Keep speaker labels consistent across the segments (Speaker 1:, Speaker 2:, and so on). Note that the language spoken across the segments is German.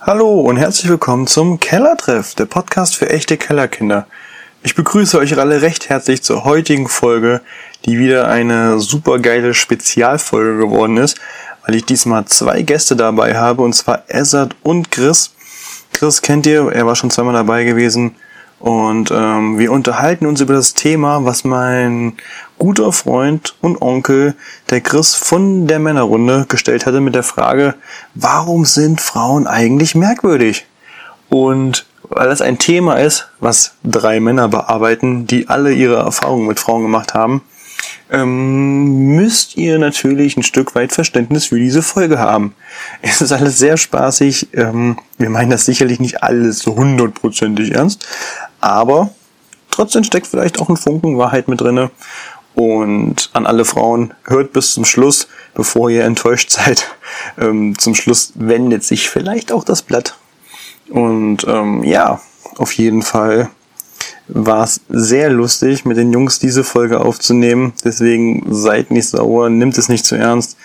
Speaker 1: Hallo und herzlich willkommen zum Kellertreff, der Podcast für echte Kellerkinder. Ich begrüße euch alle recht herzlich zur heutigen Folge, die wieder eine super geile Spezialfolge geworden ist, weil ich diesmal zwei Gäste dabei habe, und zwar Ezzard und Chris. Chris kennt ihr, er war schon zweimal dabei gewesen. Und ähm, wir unterhalten uns über das Thema, was mein guter Freund und Onkel, der Chris von der Männerrunde, gestellt hatte mit der Frage, warum sind Frauen eigentlich merkwürdig? Und weil das ein Thema ist, was drei Männer bearbeiten, die alle ihre Erfahrungen mit Frauen gemacht haben, ähm, müsst ihr natürlich ein Stück weit Verständnis für diese Folge haben. Es ist alles sehr spaßig. Ähm, wir meinen das sicherlich nicht alles so hundertprozentig ernst, aber trotzdem steckt vielleicht auch ein Funken Wahrheit mit drinne. Und an alle Frauen, hört bis zum Schluss, bevor ihr enttäuscht seid. Ähm, zum Schluss wendet sich vielleicht auch das Blatt. Und ähm, ja, auf jeden Fall war es sehr lustig, mit den Jungs diese Folge aufzunehmen. Deswegen seid nicht sauer, nimmt es nicht zu ernst.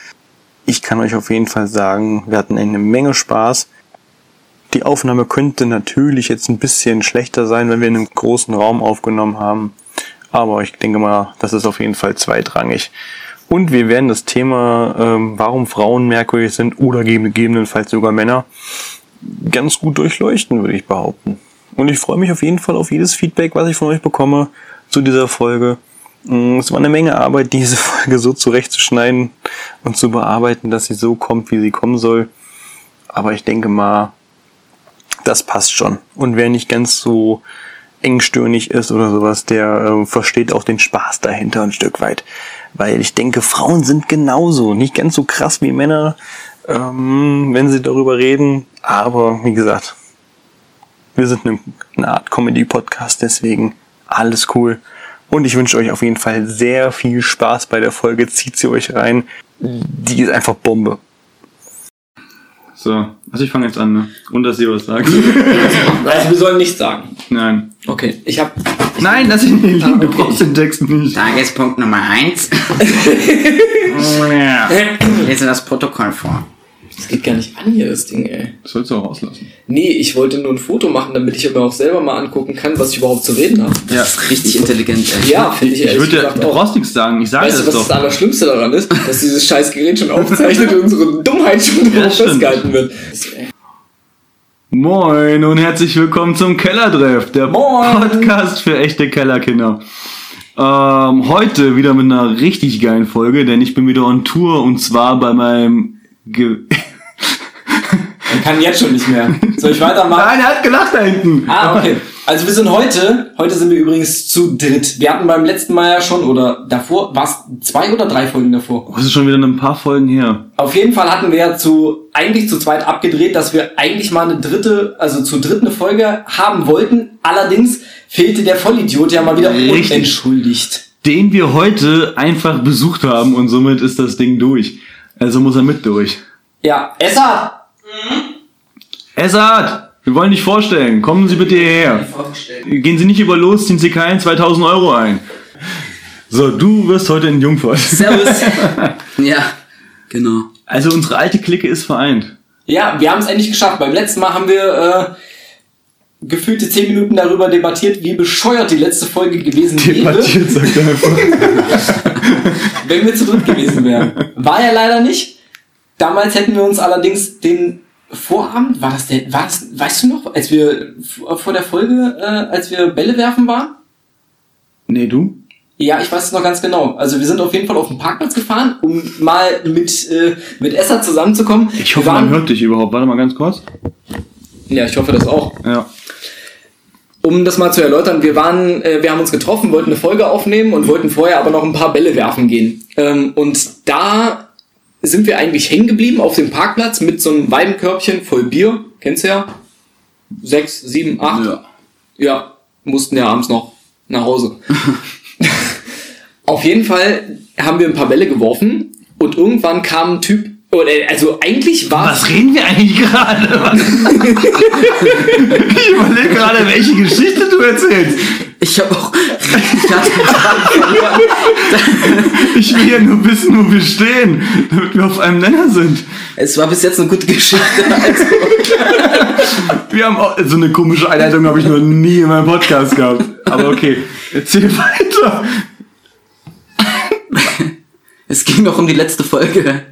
Speaker 1: Ich kann euch auf jeden Fall sagen, wir hatten eine Menge Spaß. Die Aufnahme könnte natürlich jetzt ein bisschen schlechter sein, wenn wir in einem großen Raum aufgenommen haben. Aber ich denke mal, das ist auf jeden Fall zweitrangig. Und wir werden das Thema, ähm, warum Frauen merkwürdig sind oder gegebenenfalls sogar Männer, ganz gut durchleuchten, würde ich behaupten. Und ich freue mich auf jeden Fall auf jedes Feedback, was ich von euch bekomme zu dieser Folge. Mm, Es war eine Menge Arbeit, diese Folge so zurechtzuschneiden und zu bearbeiten, dass sie so kommt, wie sie kommen soll. Aber ich denke mal, das passt schon. Und wer nicht ganz so engstirnig ist oder sowas, der äh, versteht auch den Spaß dahinter ein Stück weit. Weil ich denke, Frauen sind genauso, nicht ganz so krass wie Männer, ähm, wenn sie darüber reden. Aber wie gesagt, wir sind eine, eine Art Comedy-Podcast, deswegen alles cool. Und ich wünsche euch auf jeden Fall sehr viel Spaß bei der Folge. Zieht sie euch rein. Die ist einfach Bombe.
Speaker 2: So, also ich fange jetzt an, ne? Und dass sie was sagt.
Speaker 3: Also wir sollen nichts sagen.
Speaker 2: Nein.
Speaker 3: Okay, ich habe
Speaker 2: Nein, lass ihn nicht liegen. Du
Speaker 3: okay.
Speaker 2: brauchst den Text nicht.
Speaker 4: Tagespunkt Nummer 1. Lese das Protokoll vor.
Speaker 3: Das geht gar nicht an hier, das Ding, ey.
Speaker 2: Das sollst du auch rauslassen.
Speaker 3: Nee, ich wollte nur ein Foto machen, damit ich mir auch selber mal angucken kann, was ich überhaupt zu reden habe.
Speaker 2: Ja.
Speaker 4: Richtig intelligent, ey.
Speaker 3: Ja, finde ich
Speaker 2: Ich
Speaker 3: ehrlich
Speaker 2: würde,
Speaker 3: gesagt
Speaker 2: du
Speaker 3: auch.
Speaker 2: brauchst nichts sagen. Ich sage
Speaker 3: Weißt
Speaker 2: das
Speaker 3: du, was
Speaker 2: doch.
Speaker 3: das Allerschlimmste daran ist? Dass dieses scheiß Gerät schon aufzeichnet und unsere Dummheit schon
Speaker 2: Ja,
Speaker 3: drauf
Speaker 2: stimmt.
Speaker 3: festgehalten wird. Das, ey,
Speaker 2: Moin und herzlich willkommen zum Kellertreff, der
Speaker 3: Moin.
Speaker 2: Podcast für echte Kellerkinder. Ähm, heute wieder mit einer richtig geilen Folge, denn ich bin wieder on Tour und zwar bei meinem. Ge
Speaker 3: Man kann jetzt schon nicht mehr. Soll ich weitermachen?
Speaker 2: Nein, er hat gelacht da hinten.
Speaker 3: Ah, okay. Also wir sind heute, heute sind wir übrigens zu dritt. Wir hatten beim letzten Mal ja schon, oder davor, war es zwei oder drei Folgen davor?
Speaker 2: Oh, das ist schon wieder ein paar Folgen her.
Speaker 3: Auf jeden Fall hatten wir ja zu, eigentlich zu zweit abgedreht, dass wir eigentlich mal eine dritte, also zu dritt eine Folge haben wollten. Allerdings fehlte der Vollidiot ja mal wieder
Speaker 2: Richtig.
Speaker 3: unentschuldigt.
Speaker 2: Den wir heute einfach besucht haben und somit ist das Ding durch. Also muss er mit durch.
Speaker 3: Ja, Essa,
Speaker 2: Essart, wir wollen dich vorstellen. Kommen Sie bitte hierher. Gehen Sie nicht über los, ziehen Sie keinen 2000 Euro ein. So, du wirst heute in Jungfurt.
Speaker 4: Servus. ja, genau.
Speaker 2: Also unsere alte Clique ist vereint.
Speaker 3: ja, wir haben es endlich geschafft. Beim letzten Mal haben wir äh, gefühlte zehn Minuten darüber debattiert, wie bescheuert die letzte Folge gewesen wäre,
Speaker 2: Debattiert, sagt er einfach.
Speaker 3: wenn wir zu dritt gewesen wären. War ja leider nicht. Damals hätten wir uns allerdings den Vorabend, war das der, war das, weißt du noch, als wir vor vor der Folge, äh, als wir Bälle werfen waren?
Speaker 2: Nee, du?
Speaker 3: Ja, ich weiß es noch ganz genau. Also wir sind auf jeden Fall auf den Parkplatz gefahren, um mal mit, äh, mit Esser zusammenzukommen.
Speaker 2: Ich hoffe,
Speaker 3: wir waren,
Speaker 2: man hört dich überhaupt. Warte mal ganz kurz.
Speaker 3: Ja, ich hoffe das auch.
Speaker 2: Ja.
Speaker 3: Um das mal zu erläutern, wir waren, äh, wir haben uns getroffen, wollten eine Folge aufnehmen und wollten vorher aber noch ein paar Bälle werfen gehen. Ähm, und da sind wir eigentlich hängen geblieben auf dem Parkplatz mit so einem Weidenkörbchen voll Bier. Kennst du ja? Sechs, sieben, acht. Ja, mussten ja abends noch nach Hause. Auf jeden Fall haben wir ein paar Bälle geworfen und irgendwann kam ein Typ, oder, also eigentlich war
Speaker 2: Was reden wir eigentlich gerade? Was- ich überlege gerade, welche Geschichte du erzählst.
Speaker 4: Ich habe auch. Ich hatte gerade
Speaker 2: Ich will ja nur wissen, wo wir stehen, damit wir auf einem Nenner sind.
Speaker 4: Es war bis jetzt eine gute Geschichte. Also,
Speaker 2: Wir haben auch, so eine komische Einleitung habe ich noch nie in meinem Podcast gehabt. Aber okay, erzähl weiter.
Speaker 4: Es ging noch um die letzte Folge.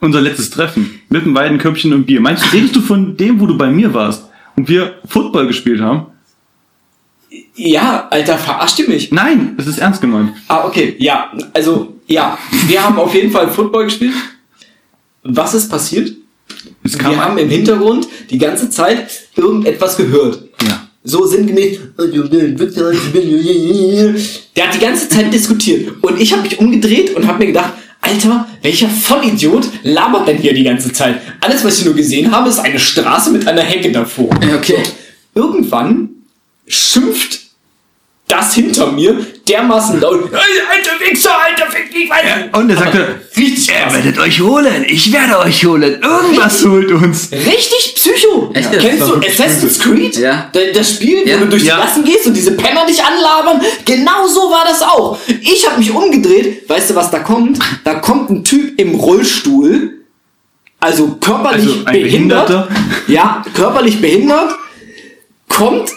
Speaker 2: Unser letztes Treffen mit einem Weidenköpfchen und Bier. Meinst du, redest du von dem, wo du bei mir warst und wir Football gespielt haben?
Speaker 3: Ja, Alter, verarscht ihr mich?
Speaker 2: Nein, es ist ernst gemeint.
Speaker 3: Ah, okay, ja. Also, ja. Wir haben auf jeden Fall Football gespielt. Was ist passiert?
Speaker 2: Es kam
Speaker 3: Wir haben im Hintergrund die ganze Zeit irgendetwas gehört.
Speaker 2: Ja.
Speaker 3: So sinngemäß. Der hat die ganze Zeit diskutiert. Und ich habe mich umgedreht und habe mir gedacht, Alter, welcher Vollidiot labert denn hier die ganze Zeit? Alles, was ich nur gesehen habe, ist eine Straße mit einer Hecke davor.
Speaker 4: Ja, okay.
Speaker 3: Irgendwann schimpft das hinter mir dermaßen laut. "Ey, Alter Wichser, Alter, fick dich weiter.
Speaker 2: Und er sagte,
Speaker 3: richtig krass.
Speaker 2: euch holen, ich werde euch holen. Irgendwas holt uns.
Speaker 3: Richtig Psycho!
Speaker 4: Echt?
Speaker 3: Kennst
Speaker 2: Das
Speaker 3: du
Speaker 2: war wirklich
Speaker 3: Assassin's Creed?
Speaker 4: Ja.
Speaker 3: Da- Das Spiel,
Speaker 4: Ja.
Speaker 3: wo du durch
Speaker 2: Ja.
Speaker 3: die Gassen gehst und diese Penner dich anlabern? Genau so war das auch. Ich habe mich umgedreht. Weißt du, was da kommt? Da kommt ein Typ im Rollstuhl. Also körperlich
Speaker 2: Also ein
Speaker 3: behindert.
Speaker 2: Behinderter.
Speaker 3: Ja, körperlich behindert. Kommt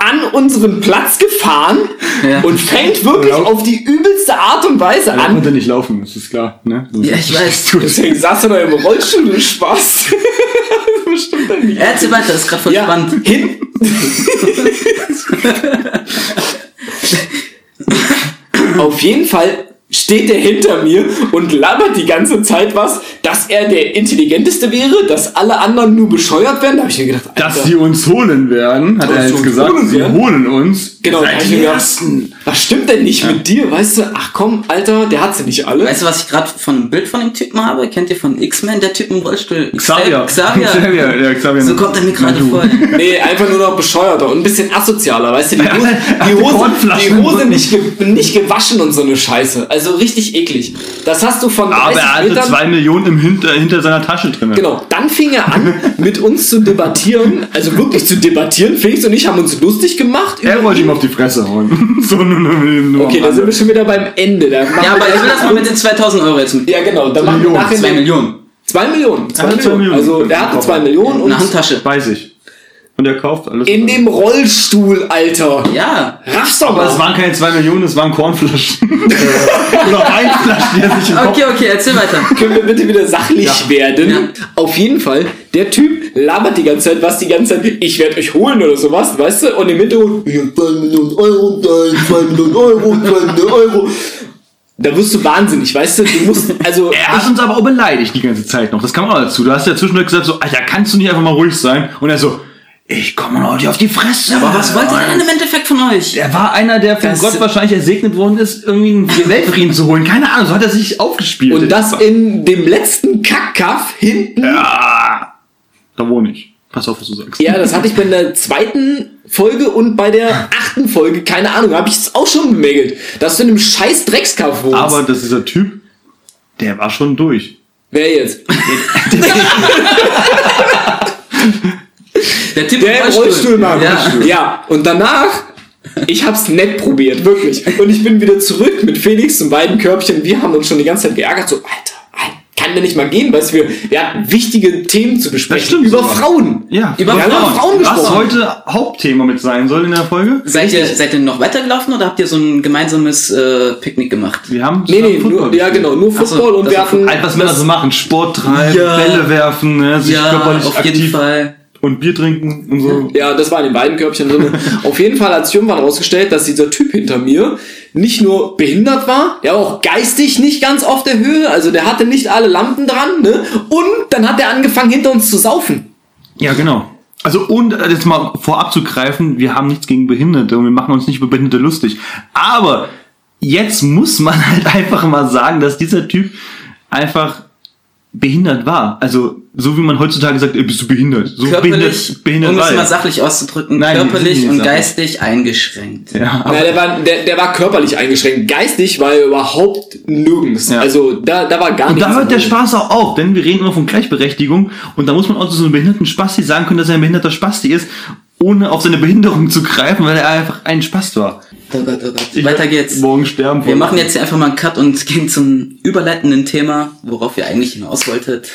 Speaker 3: an unseren Platz gefahren
Speaker 4: Ja.
Speaker 3: und fängt wirklich
Speaker 2: Ja.
Speaker 3: auf die übelste Art und Weise
Speaker 2: Er
Speaker 3: an.
Speaker 2: konnte nicht laufen, das ist klar. Ne?
Speaker 4: Ja, ich weiß.
Speaker 3: Deswegen saß er noch im Rollstuhl, du Spaß. Bestimmt ein
Speaker 4: Ja, Erzähl weiter, ist gerade voll
Speaker 3: ja,
Speaker 4: spannend.
Speaker 3: Hin, auf jeden Fall steht er hinter mir und labert die ganze Zeit was, dass er der Intelligenteste wäre, dass alle anderen nur bescheuert werden. Da habe ich mir gedacht,
Speaker 2: Dass
Speaker 3: Alter,
Speaker 2: sie uns holen werden, hat
Speaker 3: Dass
Speaker 2: er
Speaker 3: sie
Speaker 2: jetzt
Speaker 3: uns
Speaker 2: gesagt.
Speaker 3: holen
Speaker 2: sie
Speaker 3: werden?
Speaker 2: holen uns.
Speaker 3: genau, da
Speaker 2: Seid
Speaker 3: hab ich
Speaker 2: die
Speaker 3: mir gedacht,
Speaker 2: Ersten.
Speaker 3: was stimmt denn nicht mit dir? Weißt du, ach komm, Alter, der hat sie nicht alle.
Speaker 4: Weißt du, was ich gerade von einem Bild von dem Typen habe? Kennt ihr von X-Men, der Typ im Rollstuhl?
Speaker 2: Xavier.
Speaker 4: Äh, Xavier.
Speaker 2: Xavier. Ja, Xavier.
Speaker 4: So kommt er mir gerade
Speaker 2: Du.
Speaker 4: vor.
Speaker 3: Nee, einfach nur noch bescheuerter und ein bisschen asozialer, weißt du? Die Hose, die Hose, die
Speaker 2: Kornflaschen im
Speaker 3: Hose
Speaker 2: Rücken.
Speaker 3: nicht, ge nicht gewaschen und so eine Scheiße. Also richtig eklig. Das hast du von 30
Speaker 2: Aber er hatte
Speaker 3: Metern.
Speaker 2: zwei Millionen im hinter, hinter seiner Tasche drin.
Speaker 3: Genau, dann fing er an, mit uns zu debattieren, also wirklich zu debattieren. Felix und ich haben uns lustig gemacht.
Speaker 2: Er
Speaker 3: über
Speaker 2: wollte
Speaker 3: ihn.
Speaker 2: ihm auf die Fresse hauen. so nur, nur, nur
Speaker 3: Okay, da sind
Speaker 2: also-
Speaker 3: wir schon wieder beim Ende. Da machen
Speaker 4: Ja, aber
Speaker 3: wir
Speaker 4: ich will das mal mit den 2000 Euro jetzt mit.
Speaker 3: Ja, genau, dann machen wir
Speaker 2: Millionen,
Speaker 3: nachher
Speaker 4: Zwei Millionen.
Speaker 3: Zwei Millionen. Zwei
Speaker 2: hat zwei
Speaker 3: Millionen.
Speaker 2: Millionen.
Speaker 3: Also, er hatte zwei Millionen und
Speaker 4: Eine Handtasche.
Speaker 2: Weiß ich. Und er kauft alles.
Speaker 3: in dem Rollstuhl, Alter.
Speaker 4: Ja.
Speaker 3: Raff's doch
Speaker 2: Aber
Speaker 3: mal.
Speaker 2: es waren keine 2 Millionen, es waren Kornflaschen. Oder Weinflaschen, die er sich im Kopf
Speaker 4: Okay, okay, erzähl weiter.
Speaker 3: Können wir bitte wieder sachlich
Speaker 2: Ja.
Speaker 3: werden?
Speaker 4: Ja.
Speaker 3: Auf jeden Fall, der Typ labert die ganze Zeit, was die ganze Zeit, ich werde euch holen oder sowas, weißt du? Und im Hintergrund, ich hab zwei Millionen Euro, da ist zwei Millionen Euro, zwei Millionen Euro. Da wirst du wahnsinnig, weißt du? Du musst, also,
Speaker 2: Er hat uns aber auch beleidigt die ganze Zeit noch. Das kam auch dazu. Du hast ja zwischendurch gesagt so, Alter, kannst du nicht einfach mal ruhig sein? Und er so, ich komme heute auf die Fresse.
Speaker 4: Aber was wollte er denn im Endeffekt von euch?
Speaker 2: Er war einer, der von
Speaker 3: Das-
Speaker 2: Gott wahrscheinlich ersegnet worden ist, irgendwie einen Weltfrieden zu holen. Keine Ahnung, so hat er sich aufgespielt.
Speaker 3: und das in dem letzten Kackkaff hinten. Ja.
Speaker 2: Da wohne ich. Pass auf, was du sagst.
Speaker 3: das hatte ich bei der zweiten Folge und bei der achten Folge, keine Ahnung, habe ich es auch schon bemängelt, dass du in einem scheiß Dreckskaff wohnst.
Speaker 2: Aber das dieser Typ, der war schon durch.
Speaker 3: Wer jetzt?
Speaker 4: Der Typ
Speaker 3: Der im Rollstuhl, Mann.
Speaker 4: Ja.
Speaker 3: Ja, und danach, ich hab's nett probiert, wirklich. Und ich bin wieder zurück mit Felix und beiden Körbchen. Wir haben uns schon die ganze Zeit geärgert, so, Alter, Alter, kann der nicht mal gehen, weil wir, wir hatten wichtige Themen zu besprechen.
Speaker 2: stimmt
Speaker 3: Über
Speaker 2: sogar.
Speaker 3: Frauen.
Speaker 2: Ja, genau.
Speaker 3: Wir
Speaker 4: Über
Speaker 3: haben
Speaker 4: Frauen.
Speaker 3: über Frauen
Speaker 2: was
Speaker 3: gesprochen.
Speaker 2: heute Hauptthema mit sein soll in der Folge.
Speaker 4: Seid ihr, seid ihr noch weitergelaufen oder habt ihr so ein gemeinsames äh, Picknick gemacht?
Speaker 2: Wir haben
Speaker 3: Nee,
Speaker 2: zusammen
Speaker 3: nee,
Speaker 2: Football
Speaker 3: nur, ja
Speaker 2: gespielt.
Speaker 3: genau, nur
Speaker 4: Ach so,
Speaker 3: Football und
Speaker 4: das
Speaker 3: wir
Speaker 4: war
Speaker 3: hatten
Speaker 2: Halt, was Männer so machen. Sport treiben,
Speaker 4: Ja.
Speaker 2: Bälle werfen, ne, sich
Speaker 4: Ja,
Speaker 2: körperlich
Speaker 4: auf jeden
Speaker 2: aktiv
Speaker 4: Fall.
Speaker 2: und Bier trinken und so.
Speaker 3: Ja, das war in den beiden Körbchen drin. Auf jeden Fall hat sich irgendwann rausgestellt, dass dieser Typ hinter mir nicht nur behindert war, der war auch geistig nicht ganz auf der Höhe, also der hatte nicht alle Lampen dran, ne? Und dann hat er angefangen, hinter uns zu saufen.
Speaker 2: Ja, genau. Also und äh, jetzt mal vorab zu greifen, wir haben nichts gegen Behinderte und wir machen uns nicht über Behinderte lustig. Aber jetzt muss man halt einfach mal sagen, dass dieser Typ einfach behindert war. Also so wie man heutzutage sagt, ey, bist du behindert. So
Speaker 4: Körperlich,
Speaker 2: behindert, behindert
Speaker 4: um
Speaker 2: war
Speaker 4: es mal
Speaker 2: er.
Speaker 4: sachlich auszudrücken,
Speaker 2: Nein,
Speaker 4: körperlich
Speaker 2: nicht
Speaker 4: und
Speaker 2: sachlich.
Speaker 4: geistig eingeschränkt.
Speaker 2: Ja, aber
Speaker 3: Na, der, war, der, der war körperlich eingeschränkt, geistig war er überhaupt nirgends.
Speaker 2: Ja.
Speaker 3: Also da, da war gar
Speaker 2: Und
Speaker 3: nichts.
Speaker 2: da hört der
Speaker 3: drin.
Speaker 2: Spaß auch auf, denn wir reden immer von Gleichberechtigung und da muss man auch zu so einem behinderten Spasti sagen können, dass er ein behinderter Spasti ist, ohne auf seine Behinderung zu greifen, weil er einfach ein Spast war.
Speaker 4: Oh Gott, oh Gott. Weiter geht's.
Speaker 2: Morgen sterben.
Speaker 4: Wir machen jetzt hier einfach mal einen Cut und gehen zum überleitenden Thema, worauf ihr eigentlich hinaus wolltet.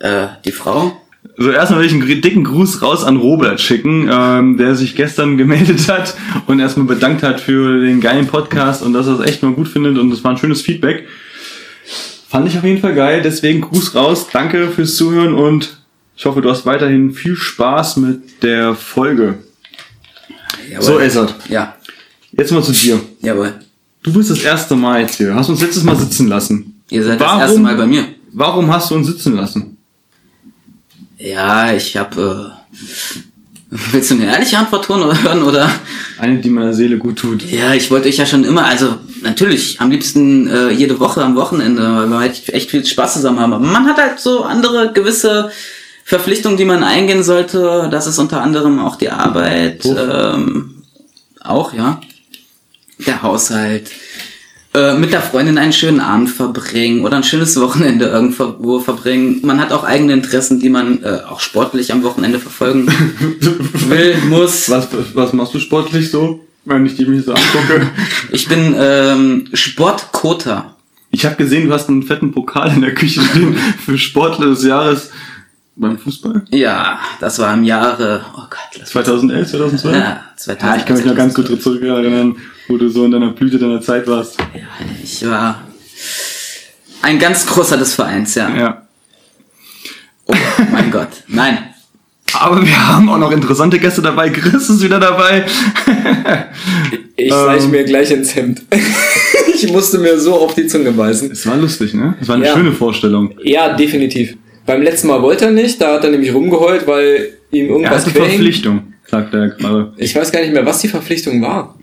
Speaker 4: äh, die Frau.
Speaker 2: So, erstmal will ich einen gr- dicken Gruß raus an Robert schicken, ähm, der sich gestern gemeldet hat und erstmal bedankt hat für den geilen Podcast und dass er es echt mal gut findet und das war ein schönes Feedback. Fand ich auf jeden Fall geil, deswegen Gruß raus, danke fürs Zuhören und ich hoffe, du hast weiterhin viel Spaß mit der Folge.
Speaker 4: Jawohl.
Speaker 2: So, Esat,
Speaker 4: Ja,
Speaker 2: jetzt mal zu dir.
Speaker 4: jawohl.
Speaker 2: Du bist das erste Mal jetzt hier, hast uns letztes Mal sitzen lassen.
Speaker 4: Ihr seid
Speaker 2: Warum-
Speaker 4: das erste Mal bei mir.
Speaker 2: Warum hast du uns sitzen lassen?
Speaker 4: Ja, ich habe. Äh, willst du eine ehrliche Antwort hören oder- hören oder?
Speaker 2: Eine, die meiner Seele gut tut.
Speaker 4: Ja, ich wollte euch ja schon immer, also natürlich, am liebsten äh, jede Woche am Wochenende, weil wir halt echt viel Spaß zusammen haben. Aber man hat halt so andere gewisse Verpflichtungen, die man eingehen sollte. Das ist unter anderem auch die Arbeit, ähm, auch, ja, der Haushalt. äh, Mit der Freundin einen schönen Abend verbringen oder ein schönes Wochenende irgendwo verbringen. Man hat auch eigene Interessen, die man äh, auch sportlich am Wochenende verfolgen will, muss.
Speaker 2: Was, was machst du sportlich so, wenn ich dich mich so angucke?
Speaker 4: Ich bin ähm, Sportkoter.
Speaker 2: ich habe gesehen, du hast einen fetten Pokal in der Küche stehen für Sportler des Jahres beim Fußball.
Speaker 4: Ja, das war im Jahre. Oh Gott, lass
Speaker 2: 2011, 2012?
Speaker 4: Ja, 2011,
Speaker 2: Ja, ich kann mich noch ganz gut dran zurück erinnern, wo du so in deiner Blüte deiner Zeit warst.
Speaker 4: Ich war ein ganz großer des Vereins, ja.
Speaker 2: Ja.
Speaker 4: Oh mein Gott. Nein.
Speaker 2: Aber wir haben auch noch interessante Gäste dabei. Chris ist wieder dabei.
Speaker 3: Ich schleich
Speaker 2: Ähm.
Speaker 3: mir gleich ins Hemd. ich musste mir so auf die Zunge beißen.
Speaker 2: Es war lustig, ne? Es war eine
Speaker 3: Ja.
Speaker 2: schöne Vorstellung.
Speaker 3: Ja, definitiv. Beim letzten Mal wollte er nicht, da hat er nämlich rumgeheult, weil ihm
Speaker 2: Er
Speaker 3: irgendwas
Speaker 2: hatte
Speaker 3: querhing.
Speaker 2: Verpflichtung, sagt er gerade.
Speaker 3: Ich weiß gar nicht mehr, was die Verpflichtung war.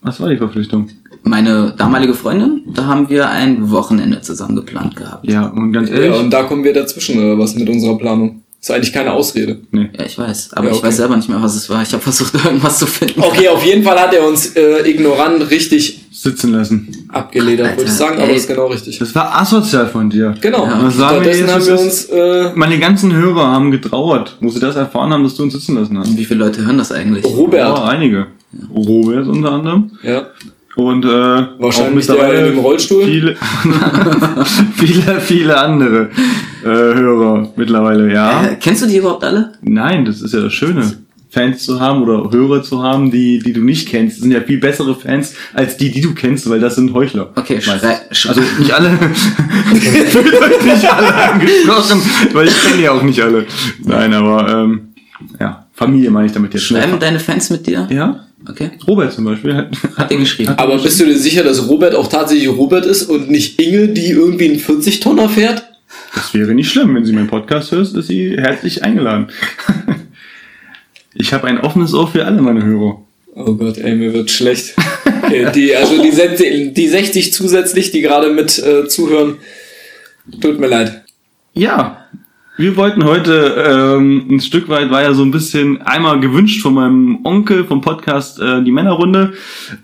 Speaker 2: Was war die Verpflichtung?
Speaker 4: Meine damalige Freundin, da haben wir ein Wochenende zusammen geplant gehabt.
Speaker 2: Ja, und ganz
Speaker 3: Ja,
Speaker 2: ehrlich.
Speaker 3: und da kommen wir dazwischen oder was mit unserer Planung. Ist eigentlich keine Ausrede.
Speaker 2: nee.
Speaker 4: Ja, ich weiß. Aber
Speaker 3: Ja,
Speaker 4: ich
Speaker 3: okay.
Speaker 4: weiß selber nicht mehr, was es war. Ich habe versucht, irgendwas zu finden.
Speaker 3: Okay, auf jeden Fall hat er uns äh, ignorant richtig
Speaker 2: Sitzen lassen.
Speaker 3: abgeledert, würde ich
Speaker 4: Alter,
Speaker 3: sagen,
Speaker 4: ey.
Speaker 3: aber ist genau richtig.
Speaker 2: Das war asozial von dir.
Speaker 3: Genau.
Speaker 4: Ja.
Speaker 2: Was sagen wir
Speaker 3: Stattdessen
Speaker 2: jetzt,
Speaker 3: haben wir
Speaker 2: was-
Speaker 3: uns äh,
Speaker 2: Meine ganzen Hörer haben getrauert, wo sie das erfahren haben, dass du uns sitzen lassen hast.
Speaker 4: Wie viele Leute hören das eigentlich?
Speaker 2: Oh,
Speaker 3: Robert,
Speaker 2: einige. Robert unter anderem.
Speaker 3: ja,
Speaker 2: Und äh,
Speaker 3: Wahrscheinlich
Speaker 2: auch
Speaker 3: der
Speaker 2: mittlerweile
Speaker 3: in dem Rollstuhl.
Speaker 2: Viele, viele, viele andere äh, Hörer mittlerweile, ja.
Speaker 4: Äh, kennst du die überhaupt alle?
Speaker 2: Nein, das ist ja das Schöne. Fans zu haben oder Hörer zu haben, die, die du nicht kennst. Das sind ja viel bessere Fans als die, die du kennst, weil das sind Heuchler.
Speaker 4: Okay,
Speaker 2: meistens.
Speaker 4: schrei- sch-
Speaker 2: Also nicht alle. Fühlt euch nicht alle angesprochen, weil ich kenne ja auch nicht alle. Nein, aber ähm, ja, Familie meine ich damit jetzt.
Speaker 4: Schreiben deine Fans mit dir?
Speaker 2: Ja,
Speaker 4: Okay.
Speaker 2: Robert zum Beispiel hat,
Speaker 4: Hat dir geschrieben.
Speaker 3: aber bist du dir sicher, dass Robert auch tatsächlich Robert ist und nicht Inge, die irgendwie einen 40-Tonner fährt?
Speaker 2: Das wäre nicht schlimm, wenn sie meinen Podcast hört, ist sie herzlich eingeladen. Ich habe ein offenes Ohr für alle meine Hörer.
Speaker 3: Oh Gott, ey, mir wird schlecht. Okay, die, also die, Sätze- die 60 zusätzlich, die gerade mit äh, zuhören, tut mir leid.
Speaker 2: Ja, wir wollten heute ähm, ein Stück weit, war ja so ein bisschen einmal gewünscht von meinem Onkel vom Podcast äh, Die Männerrunde,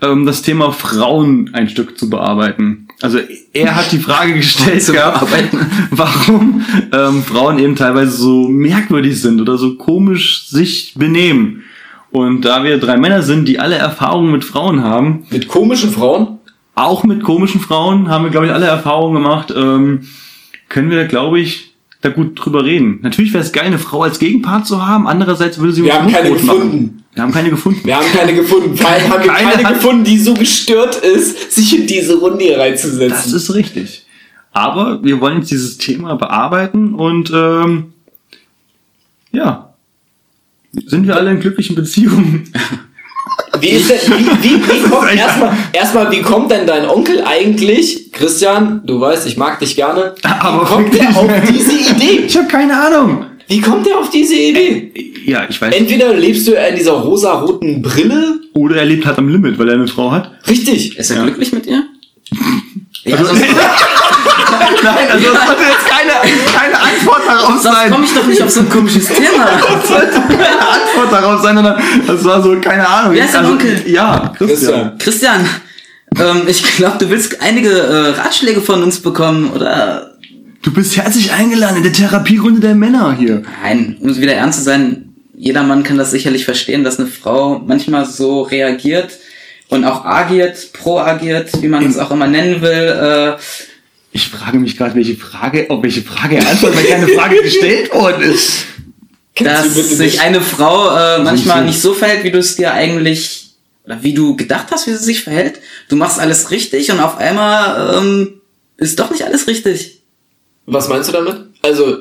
Speaker 2: ähm, das Thema Frauen ein Stück zu bearbeiten. Also er hat die Frage gestellt,
Speaker 4: Zu
Speaker 2: gehabt,
Speaker 4: bearbeiten.
Speaker 2: warum ähm, Frauen eben teilweise so merkwürdig sind oder so komisch sich benehmen. Und da wir drei Männer sind, die alle Erfahrungen mit Frauen haben,
Speaker 3: Mit komischen Frauen?
Speaker 2: auch mit komischen Frauen haben wir, glaube ich, alle Erfahrungen gemacht. Ähm, können wir, glaube ich, da gut drüber reden. Natürlich wäre es geil, eine Frau als Gegenpart zu haben. Andererseits würde sie
Speaker 3: Wir
Speaker 2: uns
Speaker 3: haben keine
Speaker 2: untot machen.
Speaker 3: gefunden.
Speaker 2: Wir haben keine gefunden.
Speaker 3: Wir haben keine gefunden. Vor allem haben wir
Speaker 2: Keine
Speaker 3: keine,
Speaker 2: hat-
Speaker 3: gefunden, die so gestört ist, sich in diese Runde hier
Speaker 2: Das
Speaker 3: reinzusetzen.
Speaker 2: ist richtig. Aber wir wollen jetzt dieses Thema bearbeiten und ähm, ja, sind wir alle in glücklichen Beziehungen?
Speaker 3: Wie ist denn, wie, wie, wie kommt,
Speaker 2: echt-
Speaker 3: erstmal, erstmal, wie kommt denn dein Onkel eigentlich, Christian, du weißt, ich mag dich gerne,
Speaker 2: Aber
Speaker 3: wie kommt
Speaker 2: wirklich.
Speaker 3: der auf diese Idee?
Speaker 2: Ich habe keine Ahnung.
Speaker 3: Wie kommt der auf diese Idee?
Speaker 2: Ja, ich weiß.
Speaker 3: Entweder lebst du in dieser rosa-roten Brille,
Speaker 2: Oder er lebt halt am Limit, weil er eine Frau hat.
Speaker 3: richtig,
Speaker 4: Ist er
Speaker 2: Ja.
Speaker 4: glücklich mit ihr? Ja,
Speaker 2: Also-
Speaker 4: sonst,
Speaker 2: Nein, also das sollte jetzt keine, keine Antwort darauf
Speaker 4: sonst
Speaker 2: sein.
Speaker 4: komme ich doch nicht auf so ein komisches Thema.
Speaker 2: keine Antwort darauf sein, sondern das war so, keine Ahnung.
Speaker 4: Wer ist dein
Speaker 2: also,
Speaker 4: Onkel?
Speaker 2: Ja, Christian.
Speaker 3: Christian.
Speaker 4: Christian, ähm, ich glaube, du willst einige äh, Ratschläge von uns bekommen, oder?
Speaker 2: Du bist herzlich eingeladen in der Therapierunde der Männer hier.
Speaker 4: Nein, um wieder ernst zu sein, jeder Mann kann das sicherlich verstehen, dass eine Frau manchmal so reagiert und auch agiert, proagiert, wie man es auch immer nennen will. Äh,
Speaker 2: Ich frage mich gerade, welche Frage, auf welche Frage er antwortet, weil keine Frage gestellt worden ist.
Speaker 4: dass
Speaker 3: bitte
Speaker 4: sich
Speaker 3: nicht?
Speaker 4: eine Frau äh, manchmal
Speaker 2: so.
Speaker 4: nicht so verhält, wie du es dir eigentlich oder wie du gedacht hast, wie sie sich verhält. Du machst alles richtig und auf einmal ähm, ist doch nicht alles richtig.
Speaker 3: Was meinst du damit? Also,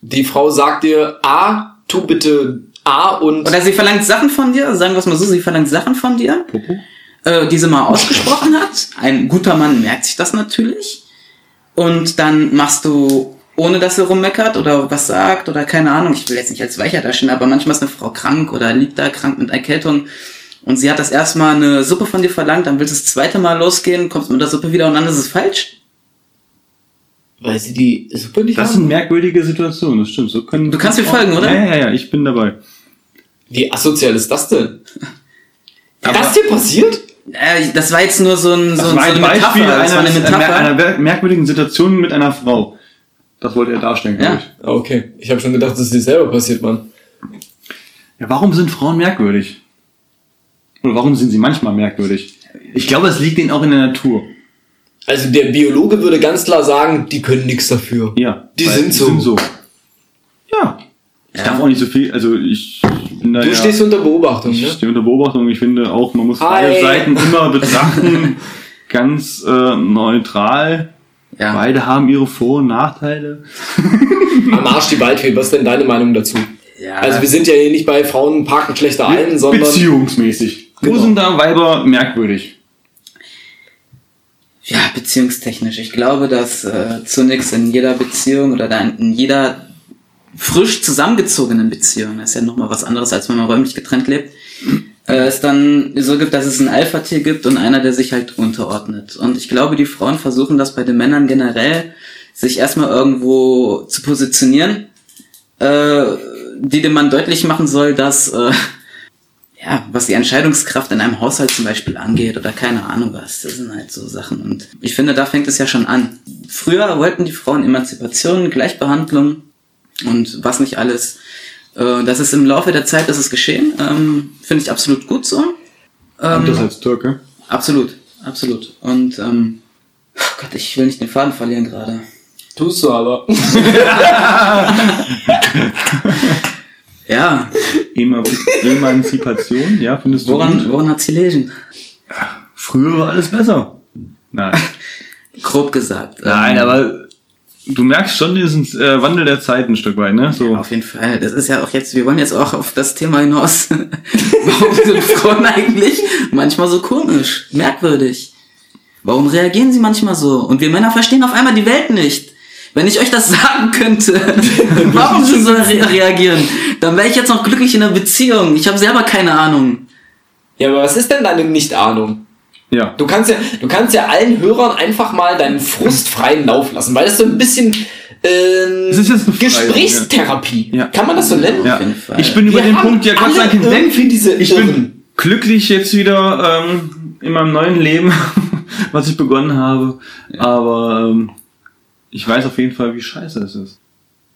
Speaker 3: die Frau sagt dir, A, tu bitte A und
Speaker 4: Oder sie verlangt Sachen von dir, sagen wir es mal so, sie verlangt Sachen von dir,
Speaker 2: Mhm.
Speaker 4: äh, die sie mal ausgesprochen hat. Ein guter Mann merkt sich das natürlich. Und dann machst du, ohne dass sie rummeckert oder was sagt oder keine Ahnung, ich will jetzt nicht als Weicher darstellen, aber manchmal ist eine Frau krank oder liegt da krank mit Erkältung und sie hat das erstmal eine Suppe von dir verlangt, dann willst du das zweite Mal losgehen, kommst mit der Suppe wieder und dann ist es falsch.
Speaker 3: weil sie die Suppe nicht
Speaker 2: Das ist
Speaker 3: haben?
Speaker 2: eine merkwürdige Situation, das stimmt. So können
Speaker 4: Du kannst mir folgen, oder?
Speaker 2: Ja, ja, ja, ich bin dabei.
Speaker 3: Wie asozial ist das denn?
Speaker 4: Aber-
Speaker 3: das dir passiert?
Speaker 4: Äh, das war jetzt nur so, ein, so,
Speaker 2: Das
Speaker 4: ein- so
Speaker 2: war
Speaker 4: eine
Speaker 2: ein Beispiel
Speaker 4: Metapher. Das war eine
Speaker 2: einer,
Speaker 4: Metapher.
Speaker 2: einer mer- merkwürdigen Situation mit einer Frau. Das wollte er darstellen,
Speaker 4: Ja.
Speaker 2: glaube ich.
Speaker 3: Ah, Okay, ich habe schon gedacht, das ist dir selber passiert, Mann.
Speaker 2: Ja, warum sind Frauen merkwürdig? Oder warum sind sie manchmal merkwürdig? Ich glaube, es liegt ihnen auch in der Natur.
Speaker 3: Also der Biologe würde ganz klar sagen, die können nichts dafür.
Speaker 2: Ja.
Speaker 3: Die
Speaker 2: weil
Speaker 3: sind so.
Speaker 2: Ja. Ich darf auch nicht so viel, also ich bin da
Speaker 3: Du
Speaker 2: ja,
Speaker 3: stehst unter Beobachtung,
Speaker 2: ich
Speaker 3: ne?
Speaker 2: stehe unter Beobachtung. Ich finde auch, man muss beide
Speaker 3: Hi.
Speaker 2: Seiten immer betrachten. ganz äh, neutral.
Speaker 4: Ja.
Speaker 2: Beide haben ihre Vor- und Nachteile.
Speaker 3: Am Arsch die Waldfee, was ist denn deine Meinung dazu?
Speaker 4: Ja.
Speaker 3: Also wir sind ja hier nicht bei Frauen parken schlechter ein, sondern...
Speaker 2: Beziehungsmäßig. Wo
Speaker 3: Genau.
Speaker 2: sind da Weiber merkwürdig?
Speaker 4: Ja, beziehungstechnisch. Ich glaube, dass äh, zunächst in jeder Beziehung oder dann in jeder frisch zusammengezogenen Beziehung, das ist ja nochmal was anderes, als wenn man räumlich getrennt lebt, äh, es dann so gibt, dass es ein Alpha-Tier gibt und einer, der sich halt unterordnet. Und ich glaube, die Frauen versuchen das bei den Männern generell, sich erstmal irgendwo zu positionieren, äh, die dem Mann deutlich machen soll, dass... Äh, ja, was die Entscheidungskraft in einem Haushalt zum Beispiel angeht oder keine Ahnung was, das sind halt so Sachen. Und ich finde, da fängt es ja schon an. Früher wollten die Frauen Emanzipation, Gleichbehandlung und was nicht alles. Äh, Das ist im Laufe der Zeit, das ist geschehen. Ähm, Finde ich absolut gut so.
Speaker 2: Und das als Türke.
Speaker 4: Absolut, absolut. Und ähm, oh Gott, ich will nicht den Faden verlieren gerade.
Speaker 3: Tust du aber.
Speaker 4: Ja,
Speaker 2: Eman- Emanzipation, ja, findest du
Speaker 4: woran,
Speaker 2: gut?
Speaker 4: woran hat's gelegen?
Speaker 2: Früher war alles besser. Nein.
Speaker 4: Grob gesagt.
Speaker 2: Nein,
Speaker 4: Ähm,
Speaker 2: aber du merkst schon diesen äh, Wandel der Zeit ein Stück weit, ne? So.
Speaker 4: Auf jeden Fall. Das ist ja auch jetzt, wir wollen jetzt auch auf das Thema hinaus. Warum sind Frauen eigentlich manchmal so komisch, merkwürdig? Warum reagieren sie manchmal so? Und wir Männer verstehen auf einmal die Welt nicht. Wenn ich euch das sagen könnte, warum sie so re reagieren, dann wäre ich jetzt noch glücklich in einer Beziehung. Ich habe selber keine Ahnung.
Speaker 3: Ja, aber was ist denn deine Nichtahnung?
Speaker 2: Ja.
Speaker 3: Du kannst ja, du kannst ja allen Hörern einfach mal deinen Frust freien Lauf lassen, weil das so ein bisschen ähm,
Speaker 2: Das ist jetzt eine Freie,
Speaker 3: Gesprächstherapie.
Speaker 2: ja. Ja.
Speaker 3: Kann man das so nennen?
Speaker 2: ja.
Speaker 4: jeden Fall.
Speaker 2: Ich bin über
Speaker 3: Wir
Speaker 2: den
Speaker 3: haben
Speaker 2: Punkt ja Gott
Speaker 3: alle
Speaker 2: sei Dank hinweg.
Speaker 3: irgendwie diese
Speaker 2: ich bin
Speaker 3: Irren.
Speaker 2: glücklich jetzt wieder ähm, in meinem neuen Leben, was ich begonnen habe. Aber ähm, ich weiß auf jeden Fall, wie scheiße es ist.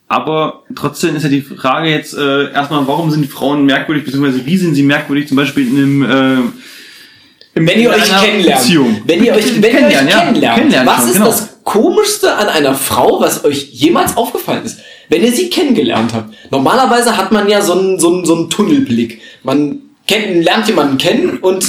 Speaker 2: Aber trotzdem ist ja die Frage jetzt äh, erstmal, warum sind Frauen merkwürdig, beziehungsweise wie sind sie merkwürdig, zum Beispiel in einem äh,
Speaker 3: Wenn ihr
Speaker 2: in
Speaker 3: euch
Speaker 2: einer
Speaker 3: kennenlernt,
Speaker 2: Beziehung.
Speaker 3: wenn ihr euch, wenn ihr
Speaker 2: Kennenlernen,
Speaker 3: euch
Speaker 2: ja.
Speaker 3: kennenlernt,
Speaker 2: Kennenlernen
Speaker 3: was
Speaker 2: schon,
Speaker 3: ist
Speaker 2: genau.
Speaker 3: das Komischste an einer Frau, was euch jemals aufgefallen ist? Wenn ihr sie kennengelernt habt. Normalerweise hat man ja so einen, so einen, so einen Tunnelblick. Man kennt, lernt jemanden kennen und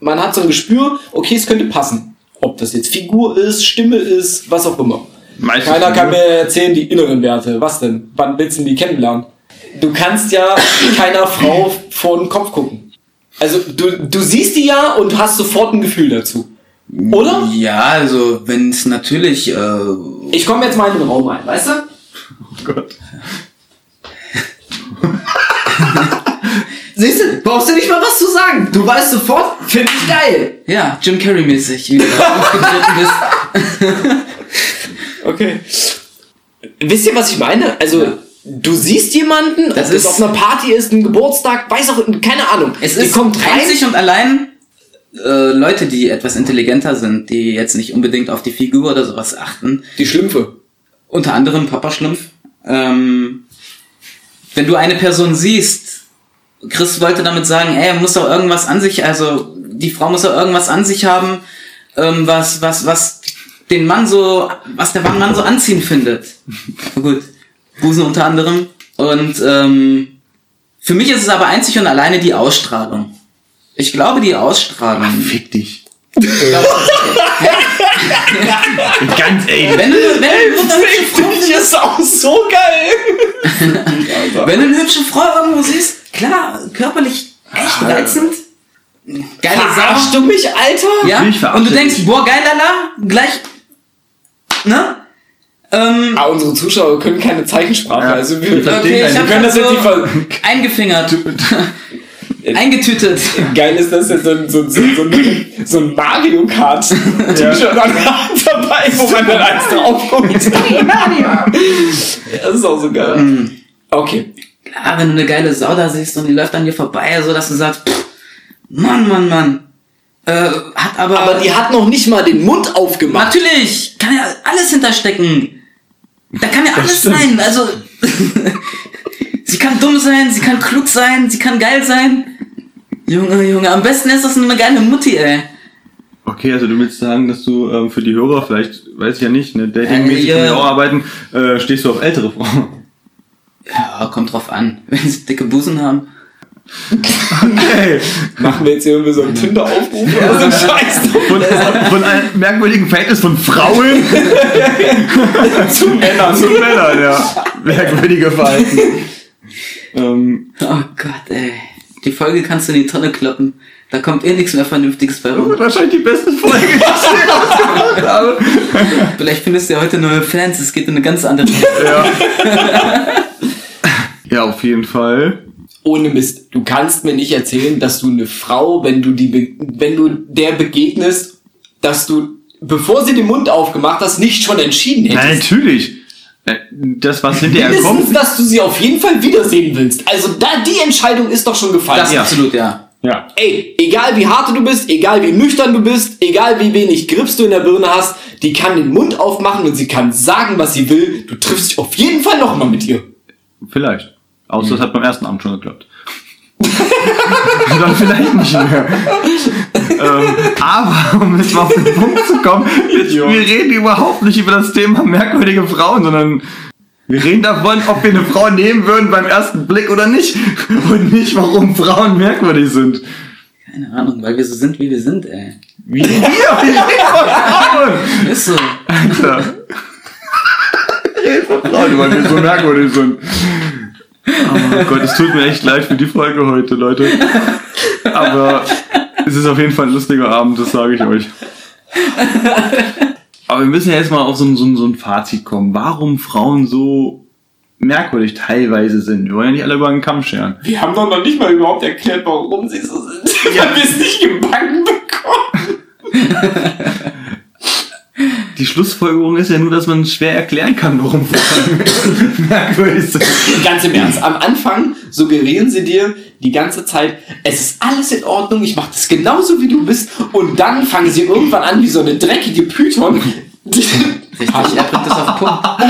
Speaker 3: man hat so ein Gespür, okay, es könnte passen. Ob das jetzt Figur ist, Stimme ist, was auch immer.
Speaker 2: Meistens
Speaker 3: Keiner kann mir
Speaker 2: Figur.
Speaker 3: erzählen, die inneren Werte. Was denn? Wann willst du denn die kennenlernen? Du kannst ja keiner Frau vor den Kopf gucken. Also du, du siehst die ja und hast sofort ein Gefühl dazu. Oder?
Speaker 4: Ja, also wenn es natürlich äh,
Speaker 3: Ich komme jetzt mal in den Raum ein, weißt du?
Speaker 2: Gott.
Speaker 3: Siehst du, brauchst du nicht mal was zu sagen. Du weißt sofort, finde ich geil.
Speaker 4: ja Jim Carrey mäßig wieder aufgetreten bist.
Speaker 3: Okay. Wisst ihr, was ich meine? Also,
Speaker 4: Ja.
Speaker 3: du siehst jemanden,
Speaker 4: Das
Speaker 3: ob
Speaker 4: ist-
Speaker 3: es auf einer Party ist, ein Geburtstag, weiß auch, keine Ahnung.
Speaker 4: Es
Speaker 3: Die
Speaker 4: ist
Speaker 3: kommt rein.
Speaker 4: einzig und allein äh, Leute, die etwas intelligenter sind, die jetzt nicht unbedingt auf die Figur oder sowas achten.
Speaker 3: Die Schlümpfe.
Speaker 4: Unter anderem Papa Schlumpf. Ähm, wenn du eine Person siehst, Chris wollte damit sagen, ey, muss doch irgendwas an sich, also die Frau muss doch irgendwas an sich haben, ähm, was, was, was den Mann so, was der Mann so anziehen findet. Na Gut, Busen unter anderem. Und ähm, für mich ist es aber einzig und alleine die Ausstrahlung. Ich glaube, die Ausstrahlung.
Speaker 2: Fick dich.
Speaker 1: Ganz ehrlich.
Speaker 4: Wenn du, wenn du, wenn du
Speaker 3: Ich ist auch so geil.
Speaker 4: Wenn du eine hübsche Frau irgendwo siehst, klar, körperlich
Speaker 3: Ah.
Speaker 4: echt reizend. Geile
Speaker 3: Verarschst
Speaker 4: Sau.
Speaker 3: du mich, Alter?
Speaker 4: Ja?
Speaker 2: Ich verarsche
Speaker 4: Und du denkst,
Speaker 2: dich.
Speaker 4: boah, geil, lala, gleich. Ne? Ähm,
Speaker 3: Ah, unsere Zuschauer können keine Zeichensprache.
Speaker 2: Ja.
Speaker 3: Also wir,
Speaker 2: Ja. verstehen
Speaker 4: okay,
Speaker 2: deine-
Speaker 4: ich
Speaker 3: wir
Speaker 4: hab
Speaker 3: können das jetzt nicht
Speaker 4: grad
Speaker 3: ver
Speaker 4: so eingefingert. Eingetütet.
Speaker 3: Geil ist, dass er so, ein- so, ein- so, ein- so, ein- so ein Mario Kart T-Shirt an dabei, wo man dann eins drauf guckt. das ist auch so geil.
Speaker 2: Mhm.
Speaker 3: Okay.
Speaker 4: Klar, wenn du eine geile Sau da siehst und die läuft an dir vorbei, so dass du sagst, pff, Mann, Mann, Mann. Äh, hat aber.
Speaker 3: Aber die hat noch nicht mal den Mund aufgemacht.
Speaker 4: Natürlich, kann ja alles hinterstecken. Da kann ja alles sein. Also, sie kann dumm sein, sie kann klug sein, sie kann geil sein. Junge, Junge, am besten ist das eine geile Mutti, ey.
Speaker 2: Okay, also du willst sagen, dass du ähm, für die Hörer vielleicht, weiß ich ja nicht, ne, datingmäßig
Speaker 4: Äh, ja.
Speaker 2: kann man ja auch arbeiten, äh, stehst du auf ältere Frauen.
Speaker 4: Ja, kommt drauf an. Wenn sie dicke Busen haben.
Speaker 2: Okay.
Speaker 3: Machen wir jetzt hier irgendwie so einen Tinder-Aufruf oder so einen Scheiß
Speaker 2: Von, von einem merkwürdigen Verhältnis von Frauen
Speaker 3: zu Männern.
Speaker 2: zu Männern, ja. Merkwürdige Verhalten. ähm,
Speaker 4: Oh Gott, ey. Die Folge kannst du in die Tonne kloppen. Da kommt eh nichts mehr Vernünftiges bei rum.
Speaker 2: wahrscheinlich die beste Folge, die ich jemals gemacht habe.
Speaker 4: Vielleicht findest du ja heute neue Fans. Es geht in eine ganz andere Richtung.
Speaker 2: Ja, auf jeden Fall.
Speaker 3: Ohne Mist, du kannst mir nicht erzählen, dass du eine Frau, wenn du die, be- wenn du der begegnest, dass du, bevor sie den Mund aufgemacht hast, nicht schon entschieden hättest.
Speaker 2: Nein, natürlich. Äh, Das, was hinterher
Speaker 3: mindestens,
Speaker 2: kommt.
Speaker 3: dass du sie auf jeden Fall wiedersehen willst. Also da die Entscheidung ist doch schon gefallen.
Speaker 4: Das
Speaker 2: Ja.
Speaker 4: absolut, ja.
Speaker 2: Ja.
Speaker 3: Ey, egal wie hart du bist, egal wie nüchtern du bist, egal wie wenig Grips du in der Birne hast, die kann den Mund aufmachen und sie kann sagen, was sie will. Du triffst dich auf jeden Fall nochmal mit ihr.
Speaker 2: Vielleicht. Außer das hat beim ersten Abend schon geklappt. Dann vielleicht nicht mehr. ähm, aber, um jetzt mal auf den Punkt zu kommen, jetzt, wir reden überhaupt nicht über das Thema merkwürdige Frauen, sondern wir reden davon, ob wir eine Frau nehmen würden beim ersten Blick oder nicht. Und nicht, warum Frauen merkwürdig sind.
Speaker 4: Keine Ahnung, weil wir so sind, wie wir sind, ey.
Speaker 2: Wie wir, wir reden von Frauen!
Speaker 4: Ist so.
Speaker 2: Alter. Leute, weil wir so merkwürdig sind. Oh mein Gott, es tut mir echt leid für die Folge heute, Leute. Aber es ist auf jeden Fall ein lustiger Abend, das sage ich euch. Aber wir müssen ja jetzt mal auf so ein, so, ein, so ein Fazit kommen. Warum Frauen so merkwürdig teilweise sind. Wir wollen ja nicht alle über einen Kamm scheren.
Speaker 3: Wir haben doch noch nicht mal überhaupt erklärt, warum sie so sind. Ja. Weil wir es nicht gebacken bekommen.
Speaker 2: Die Schlussfolgerung ist ja nur, dass man schwer erklären kann, warum Frauen merkwürdig sind.
Speaker 3: Ganz im Ernst, am Anfang suggerieren sie dir die ganze Zeit, es ist alles in Ordnung, ich mache das genauso wie du bist. Und dann fangen sie irgendwann an wie so eine dreckige Python.
Speaker 4: Richtig, er bringt das auf den Punkt.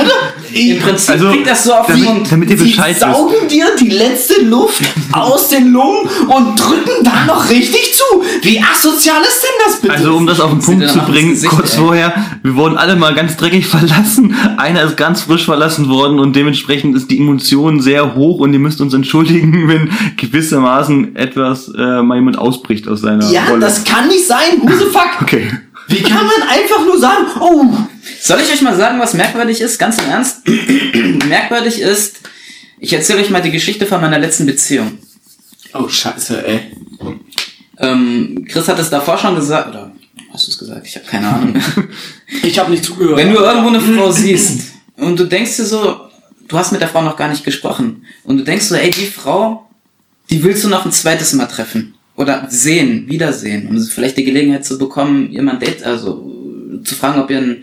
Speaker 4: Im Prinzip
Speaker 2: Also,
Speaker 4: kriegt das so auf den Mund.
Speaker 2: damit, damit ihr Bescheid
Speaker 3: Sie
Speaker 2: wisst.
Speaker 3: saugen dir die letzte Luft aus den Lungen und drücken dann noch richtig zu. Wie asozial ist denn das bitte?
Speaker 2: Also um das auf den
Speaker 4: Sieht
Speaker 2: Punkt
Speaker 4: danach
Speaker 2: zu
Speaker 4: aus
Speaker 2: bringen,
Speaker 4: Gesicht,
Speaker 2: kurz
Speaker 4: ey.
Speaker 2: vorher, wir wurden alle mal ganz dreckig verlassen. Einer ist ganz frisch verlassen worden und dementsprechend ist die Emotion sehr hoch und ihr müsst uns entschuldigen, wenn gewissermaßen etwas äh, mal jemand ausbricht aus seiner
Speaker 3: ja,
Speaker 2: Rolle.
Speaker 3: das kann nicht sein. Husefuck.
Speaker 2: okay.
Speaker 3: Wie kann man einfach nur sagen, oh,
Speaker 4: Soll ich euch mal sagen, was merkwürdig ist? Ganz im Ernst. merkwürdig ist, ich erzähle euch mal die Geschichte von meiner letzten Beziehung.
Speaker 3: oh Scheiße, ey.
Speaker 4: Ähm, Chris hat es davor schon gesagt, oder hast du es gesagt? Ich habe keine Ahnung.
Speaker 3: Ich habe nicht zugehört.
Speaker 4: Wenn du irgendwo eine Frau siehst und du denkst dir so, du hast mit der Frau noch gar nicht gesprochen und du denkst so, ey, die Frau, die willst du noch ein zweites Mal treffen oder sehen, wiedersehen, um vielleicht die Gelegenheit zu bekommen, ihr mal ein Date, also äh, zu fragen, ob ihr ein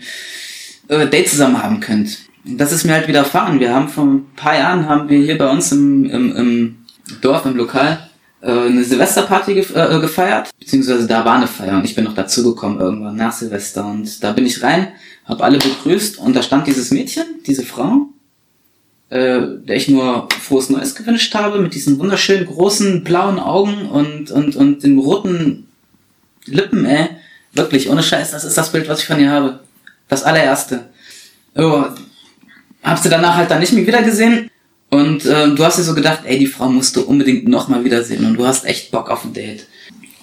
Speaker 4: äh, Date zusammen haben könnt. Und Das ist mir halt widerfahren. Wir haben vor ein paar Jahren haben wir hier bei uns im, im, im Dorf, im Lokal, äh, eine Silvesterparty gef äh, gefeiert, beziehungsweise da war eine Feier und ich bin noch dazugekommen irgendwann nach Silvester und da bin ich rein, habe alle begrüßt und da stand dieses Mädchen, diese Frau, äh, der ich nur frohes Neues gewünscht habe, mit diesen wunderschönen großen blauen Augen und, und, und den roten Lippen, ey. Wirklich, ohne Scheiß, das ist das Bild, was ich von ihr habe. Das allererste. Oh, hab sie danach halt dann nicht mehr wiedergesehen. Und äh, du hast dir so gedacht, ey, die Frau musst du unbedingt nochmal wiedersehen. Und du hast echt Bock auf ein Date.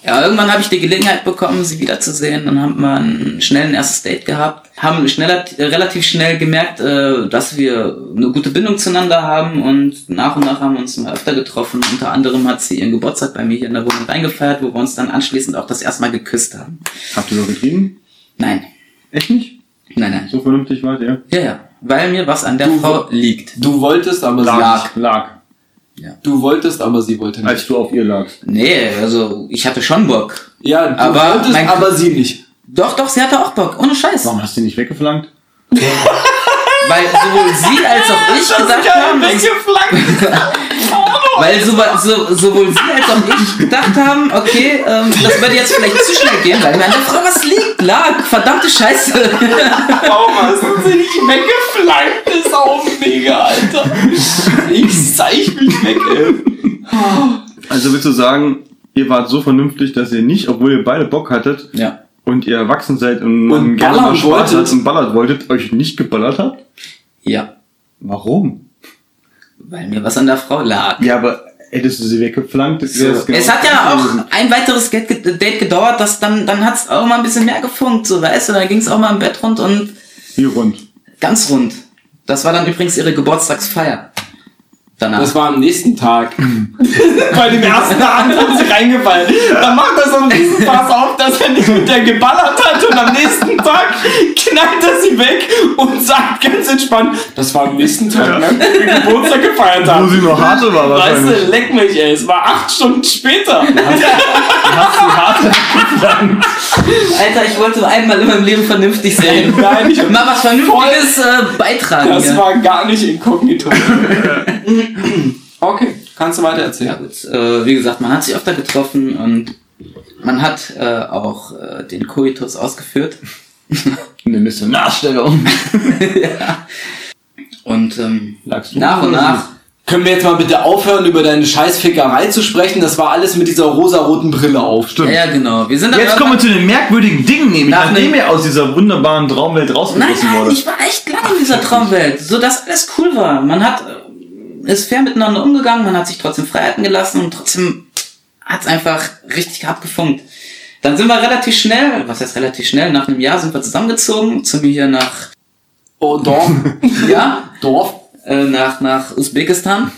Speaker 4: Ja, irgendwann habe ich die Gelegenheit bekommen, sie wiederzusehen. Dann haben wir ein, schnell ein erstes Date gehabt. Haben schneller, äh, relativ schnell gemerkt, äh, dass wir eine gute Bindung zueinander haben. Und nach und nach haben wir uns mal öfter getroffen. Unter anderem hat sie ihren Geburtstag bei mir hier in der Wohnung reingefeiert, wo wir uns dann anschließend auch das erste Mal geküsst haben.
Speaker 2: Habt ihr so getrieben?
Speaker 4: Nein,
Speaker 2: Echt nicht?
Speaker 4: nein, nein.
Speaker 2: So vernünftig wart ihr?
Speaker 4: Ja, ja. Weil mir was an der
Speaker 5: Du-
Speaker 4: Frau liegt.
Speaker 5: Du wolltest, aber sie
Speaker 2: Lag.
Speaker 5: lag.
Speaker 2: Lag.
Speaker 5: Du wolltest, aber sie wollte nicht.
Speaker 2: Als du auf ihr lagst.
Speaker 4: Nee, also ich hatte schon Bock.
Speaker 5: ja, du
Speaker 4: aber
Speaker 5: wolltest,
Speaker 4: mein-
Speaker 5: aber sie nicht.
Speaker 4: Doch, doch, sie hatte auch Bock. Ohne Scheiß.
Speaker 2: Warum hast du ihn nicht weggeflankt?
Speaker 4: Weil sowohl sie als auch ich gedacht haben, weil so, so, sowohl sie als auch ich gedacht haben, okay, ähm, das würde jetzt vielleicht zu schnell gehen, weil mir an der Frau was liegt. Lag, verdammte Scheiße.
Speaker 5: Warum hast du sie nicht weggeflankt? Das ist auch mega, Alter. Ich zeig mich weg, ey.
Speaker 2: Also willst du sagen, ihr wart so vernünftig, dass ihr nicht, obwohl ihr beide Bock hattet
Speaker 4: Ja.
Speaker 2: und ihr erwachsen seid und,
Speaker 5: Und
Speaker 2: gerne mal
Speaker 5: ballern
Speaker 2: Spaß
Speaker 5: wolltet.
Speaker 2: hattet und ballert wolltet, euch nicht geballert habt?
Speaker 4: Ja.
Speaker 2: Warum?
Speaker 4: Weil mir was an der Frau lag.
Speaker 2: Ja, aber hättest du sie weggeflankt, das
Speaker 5: So.
Speaker 4: es hat ja auch ein weiteres Get- Date gedauert, das dann, dann hat's auch mal ein bisschen mehr gefunkt, so weißt du, dann ging's auch mal im Bett rund und
Speaker 2: Hier rund.
Speaker 4: ganz rund. Das war dann übrigens ihre Geburtstagsfeier. Danach.
Speaker 5: Das war am nächsten Tag.
Speaker 4: Mhm.
Speaker 5: Bei dem ersten Abend haben sie reingefallen. Dann macht er so einen Riesenpass auf, dass er nicht mit der geballert hat und am nächsten Tag knallt er sie weg und sagt ganz entspannt, das war am nächsten Tag, ne? wo wir Geburtstag gefeiert
Speaker 2: Wo
Speaker 5: haben.
Speaker 2: sie noch harte war
Speaker 5: Weißt
Speaker 2: wahrscheinlich.
Speaker 5: du, leck mich, ey. Es war acht Stunden später.
Speaker 4: Alter, ich wollte einmal in meinem Leben vernünftig sein.
Speaker 5: Nein, ich
Speaker 4: Mal was Vernünftiges äh, beitragen.
Speaker 5: Das
Speaker 4: ja.
Speaker 5: war gar nicht inkognito. okay, kannst du weiter erzählen.
Speaker 4: ja, gut. Äh, wie gesagt, man hat sich öfter getroffen und man hat äh, auch äh, den Koitus ausgeführt.
Speaker 2: Eine Missionarstellung.
Speaker 4: ja. Und ähm,
Speaker 2: Lagst du
Speaker 4: nach und nach.
Speaker 5: Können wir jetzt mal bitte aufhören, über deine Scheißfickerei zu sprechen? Das war alles mit dieser rosaroten Brille auf.
Speaker 4: Ja, ja, genau. Wir sind dann
Speaker 2: Jetzt kommen wir zu den merkwürdigen Dingen, nämlich
Speaker 4: Nach
Speaker 2: nachdem
Speaker 4: dem-
Speaker 2: ihr aus dieser wunderbaren Traumwelt
Speaker 4: Nein,
Speaker 2: rausgerissen
Speaker 4: nein,
Speaker 2: wurde.
Speaker 4: ich war echt lange in dieser Traumwelt, so dass alles cool war. Man hat äh, ist fair miteinander umgegangen, man hat sich trotzdem Freiheiten gelassen und trotzdem hat's einfach richtig hart gefunkt. Dann sind wir relativ schnell, was heißt relativ schnell, nach einem Jahr sind wir zusammengezogen, zu mir hier nach,
Speaker 5: Oh, Dorf.
Speaker 4: ja,
Speaker 5: Dorf.
Speaker 4: äh, nach, nach Usbekistan.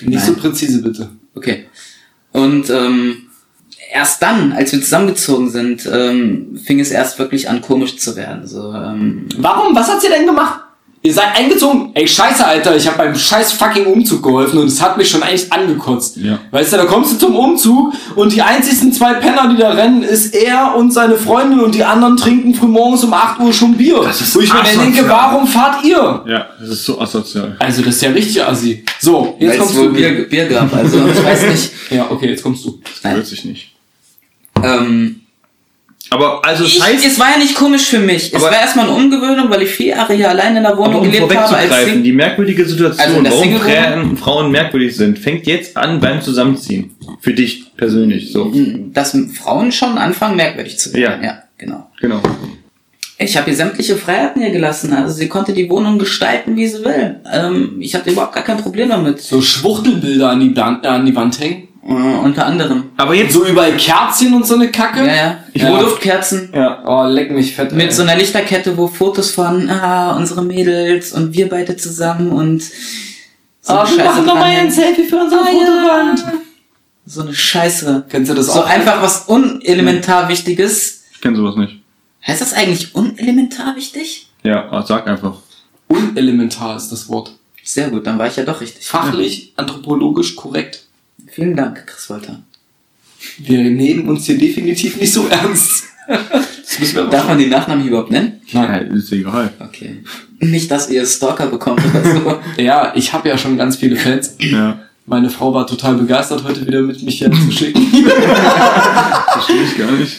Speaker 5: Nicht so präzise, bitte.
Speaker 4: Okay. Und ähm, erst dann, als wir zusammengezogen sind, ähm, fing es erst wirklich an, komisch zu werden. So, ähm,
Speaker 5: Warum? Was hat sie denn gemacht? Ihr seid eingezogen. Ey, scheiße, Alter. Ich habe beim scheiß fucking Umzug geholfen und es hat mich schon eigentlich angekotzt.
Speaker 2: Ja.
Speaker 5: Weißt du, da kommst du zum Umzug und die einzigsten zwei Penner, die da rennen, ist er und seine Freundin und die anderen trinken frühmorgens um 8 Uhr schon Bier.
Speaker 2: Das ist
Speaker 5: Wo ich mir dann
Speaker 2: asozial.
Speaker 5: denke, warum fahrt ihr?
Speaker 2: Ja, das ist so asozial.
Speaker 5: Also, das ist ja richtig assi. So, jetzt
Speaker 4: weil es
Speaker 5: kommst
Speaker 4: wohl
Speaker 5: du.
Speaker 4: Bier, Bier gab, also ich weiß nicht.
Speaker 5: Ja, okay, jetzt kommst du.
Speaker 2: Das
Speaker 4: Nein.
Speaker 2: gehört sich nicht.
Speaker 4: Ähm,
Speaker 2: Aber also
Speaker 4: ich,
Speaker 2: scheiße.
Speaker 4: es war ja nicht komisch für mich. Es
Speaker 2: Aber-
Speaker 4: war erstmal eine Umgewöhnung, weil ich vier Jahre hier allein in der
Speaker 2: Aber
Speaker 4: Wohnung
Speaker 2: um
Speaker 4: gelebt habe als
Speaker 2: vorwegzugreifen,
Speaker 4: Single.
Speaker 2: die merkwürdige
Speaker 4: Also
Speaker 2: Situation,
Speaker 4: in der
Speaker 2: warum
Speaker 4: Single-Wohnung?
Speaker 2: Fra- Frauen merkwürdig sind, fängt jetzt an beim Zusammenziehen. Für dich persönlich, so.
Speaker 4: Dass Frauen schon anfangen, merkwürdig zu werden.
Speaker 2: Ja.
Speaker 4: ja genau.
Speaker 2: Genau.
Speaker 4: Ich habe ihr sämtliche Freiheiten hier gelassen. Also sie konnte die Wohnung gestalten, wie sie will. Ähm, ich hatte überhaupt gar kein Problem damit.
Speaker 5: So Schwuchtelbilder an die, Wand- äh, an die Wand hängen.
Speaker 4: Äh, unter anderem.
Speaker 2: Aber jetzt.
Speaker 5: So überall Kerzchen und so eine Kacke.
Speaker 4: Ja, ja.
Speaker 2: Ich
Speaker 4: ja.
Speaker 2: wurde-
Speaker 4: Duftkerzen.
Speaker 2: ja.
Speaker 5: Oh, leck mich fett. ey.
Speaker 4: Mit so einer Lichterkette, wo Fotos von ah, unsere Mädels und wir beide zusammen und so
Speaker 3: Ah,
Speaker 4: eine Scheiße dranhängen.
Speaker 5: Selfie für unsere
Speaker 4: Ah, ja. So eine Scheiße.
Speaker 5: Kennst du das
Speaker 4: So
Speaker 5: auch?
Speaker 4: einfach was unelementar Wichtiges.
Speaker 2: Ich kenn sowas nicht.
Speaker 4: Heißt das eigentlich unelementar wichtig?
Speaker 2: Ja, ah, sag einfach.
Speaker 5: Unelementar ist das Wort.
Speaker 4: Sehr gut, dann war ich ja doch richtig.
Speaker 5: Fachlich, anthropologisch korrekt.
Speaker 4: Vielen Dank, Chris Walter.
Speaker 5: Wir nehmen uns hier definitiv nicht so ernst. Das müssen wir aber
Speaker 4: Darf man den Nachnamen hier überhaupt nennen?
Speaker 2: Nein, ist egal.
Speaker 4: Okay. Nicht, dass ihr Stalker bekommt oder so.
Speaker 5: Ja, ich habe ja schon ganz viele Fans.
Speaker 2: Ja,
Speaker 5: Meine Frau war total begeistert, heute wieder mit mich hier zu schicken.
Speaker 2: verstehe ich gar nicht.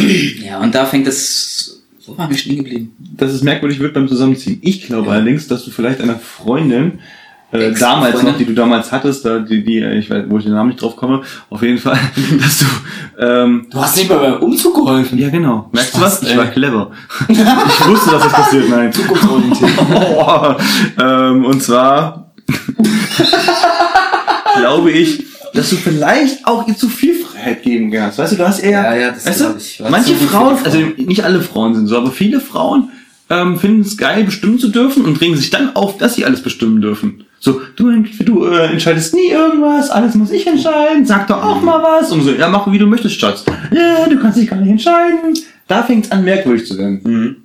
Speaker 4: ja, und da fängt es. Wo waren wir stehen geblieben?
Speaker 2: Dass es merkwürdig wird beim Zusammenziehen. Ich glaube allerdings, dass du vielleicht einer Freundin äh,
Speaker 4: Ex-
Speaker 2: damals
Speaker 4: Freundin.
Speaker 2: noch, die du damals hattest, da, die, die, äh, ich weiß, wo ich den Namen nicht drauf komme, auf jeden Fall, dass du, ähm,
Speaker 5: Du hast nicht mal beim Umzug geholfen.
Speaker 2: ja genau, merkst du was?
Speaker 5: Spaß,
Speaker 2: Ich
Speaker 5: ey.
Speaker 2: war clever. ich wusste, dass das passiert, nein.
Speaker 5: Zukunftsorientiert.
Speaker 2: Oh, ähm, und zwar glaube ich, dass du vielleicht auch ihr zu viel Freiheit geben kannst. Weißt du, du hast eher,
Speaker 5: Ja, ja, das
Speaker 2: weißt du,
Speaker 5: glaub ich. War
Speaker 2: manche
Speaker 5: zu gut für
Speaker 2: Frauen,
Speaker 5: die
Speaker 2: also
Speaker 5: Frauen.
Speaker 2: nicht alle Frauen sind so, aber viele Frauen ähm, finden es geil, bestimmen zu dürfen und regen sich dann auf, dass sie alles bestimmen dürfen. So, du, ent- du äh, entscheidest nie irgendwas, alles muss ich entscheiden, sag doch auch mal was und so, ja, mach wie du möchtest, Schatz. Ja, du kannst dich gar nicht entscheiden. Da fängt es an, merkwürdig zu
Speaker 5: Mhm.
Speaker 2: werden.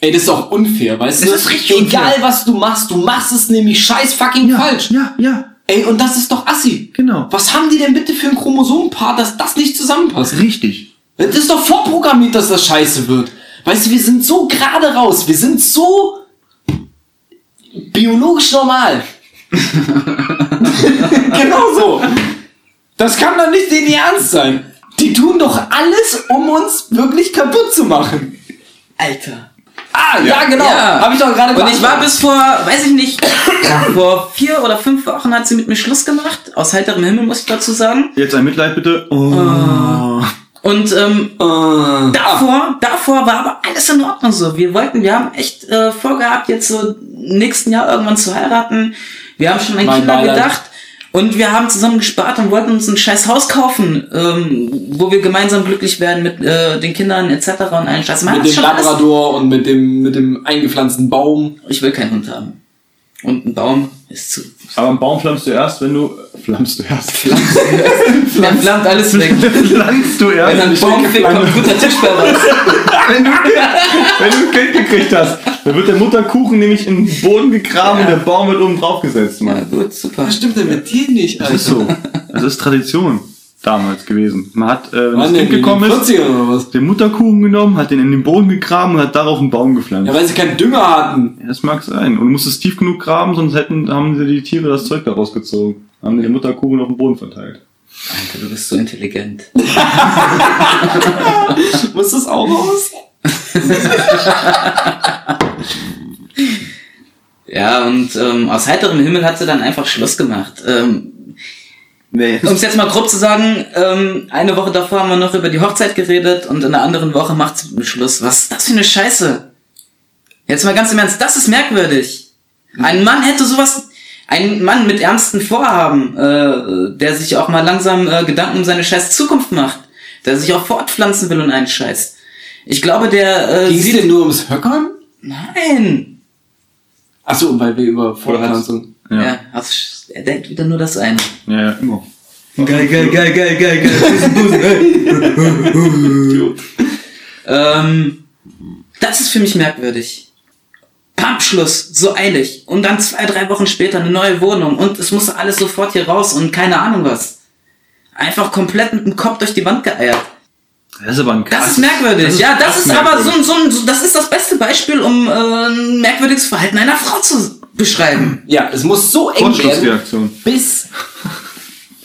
Speaker 5: Ey, das ist auch unfair, weißt du?
Speaker 2: Das ist richtig
Speaker 5: Egal,
Speaker 2: unfair.
Speaker 5: was du machst, du machst es nämlich scheiß fucking falsch.
Speaker 2: Ja, ja,
Speaker 5: Ey, und das ist doch assi.
Speaker 2: Genau.
Speaker 5: Was haben die denn bitte für ein Chromosompaar, dass das nicht zusammenpasst?
Speaker 2: richtig.
Speaker 5: Das ist doch vorprogrammiert, dass das scheiße wird. Weißt du, wir sind so gerade raus. Wir sind so biologisch normal. genau so. Das kann doch nicht denen ihr Ernst sein. Die tun doch alles, um uns wirklich kaputt zu machen.
Speaker 4: Alter.
Speaker 5: Ah, ja, genau.
Speaker 4: Ja.
Speaker 5: Hab ich doch gerade
Speaker 4: Und ich war
Speaker 5: beantwortet.
Speaker 4: bis vor, weiß ich nicht, vor vier oder fünf Wochen hat sie mit mir Schluss gemacht. Aus heiterem Himmel, muss ich dazu sagen.
Speaker 2: Jetzt ein Mitleid bitte. Oh.
Speaker 4: Und ähm,
Speaker 5: Äh,
Speaker 4: davor, davor war aber alles in Ordnung so. Wir wollten, wir haben echt äh, vorgehabt, jetzt so nächsten Jahr irgendwann zu heiraten. Wir haben schon an
Speaker 5: Mein
Speaker 4: Kinder
Speaker 5: Beileid.
Speaker 4: gedacht und wir haben zusammen gespart und wollten uns ein scheiß Haus kaufen, ähm, wo wir gemeinsam glücklich werden mit äh, den Kindern etc. und allen Scheiß. Man hat
Speaker 5: mit dem
Speaker 4: schon alles-
Speaker 5: Labrador und mit dem, mit dem eingepflanzten Baum.
Speaker 4: Ich will keinen Hund haben. Und ein Baum ist zu.
Speaker 2: Aber einen Baum flammst du erst, wenn du. Flammst du erst.
Speaker 4: Dann flammt alles weg.
Speaker 2: Flammst du
Speaker 4: Wenn
Speaker 2: erst.
Speaker 4: dann ein Baum fehlt, kommt ein guter Tisch bei raus.
Speaker 2: wenn, du, wenn du ein Kind gekriegt hast, dann wird der Mutterkuchen nämlich in den Boden gegraben und der Baum wird oben drauf gesetzt,
Speaker 4: Ja,
Speaker 2: Mann.
Speaker 4: gut, super.
Speaker 5: Was stimmt denn mit dir nicht,
Speaker 2: Das ist so. Das ist Tradition damals gewesen. Man hat, äh, wenn das
Speaker 5: Wann denn?
Speaker 2: Kind gekommen ist,
Speaker 5: 40 oder was?
Speaker 2: den Mutterkuchen genommen, hat den in den Boden gegraben und hat darauf einen Baum gepflanzt.
Speaker 5: Ja, weil sie keinen Dünger hatten.
Speaker 2: Ja, das mag sein. Und du musst es tief genug graben, sonst hätten, haben sie die Tiere das Zeug daraus gezogen. Haben den Mutterkuchen auf den Boden verteilt.
Speaker 4: Danke, du bist so intelligent.
Speaker 5: Muss das auch raus?
Speaker 4: Ja, und ähm, aus heiterem Himmel hat sie dann einfach Schluss gemacht. Ähm,
Speaker 2: Nee.
Speaker 4: um es jetzt mal grob zu sagen, ähm, eine Woche davor haben wir noch über die Hochzeit geredet und in der anderen Woche macht sie Schluss. Was ist das für eine Scheiße? Jetzt mal ganz im Ernst, das ist merkwürdig. Ein Mann hätte sowas, ein Mann mit ernsten Vorhaben, äh, der sich auch mal langsam äh, Gedanken um seine scheiß Zukunft macht, der sich auch fortpflanzen will und einen Scheiß. Ich glaube, der äh,
Speaker 5: Ging es
Speaker 4: sieht...
Speaker 5: denn nur ums Höckern?
Speaker 4: Nein!
Speaker 5: Achso, weil wir über Fortpflanzung.
Speaker 2: Fortpflanzung-
Speaker 4: Ja, hast, er denkt wieder nur das eine.
Speaker 2: Ja, ja, immer.
Speaker 4: Geil, geil, geil, geil, geil, geil. ähm, das ist für mich merkwürdig. Pappschluss, so eilig. Und dann zwei, drei Wochen später eine neue Wohnung und es musste alles sofort hier raus und keine Ahnung was. Einfach komplett mit dem Kopf durch die Wand geeiert.
Speaker 2: Das ist aber ein
Speaker 4: Das
Speaker 2: krasses,
Speaker 4: ist merkwürdig. ja, das
Speaker 2: krass
Speaker 4: ist aber so,
Speaker 2: merkwürdig.
Speaker 4: ein- so, ein- so, das ist das beste Beispiel, um äh, ein merkwürdiges Verhalten einer Frau zu beschreiben.
Speaker 5: Ja, es muss so eng werden,
Speaker 2: Kurzschlussreaktion.
Speaker 5: bis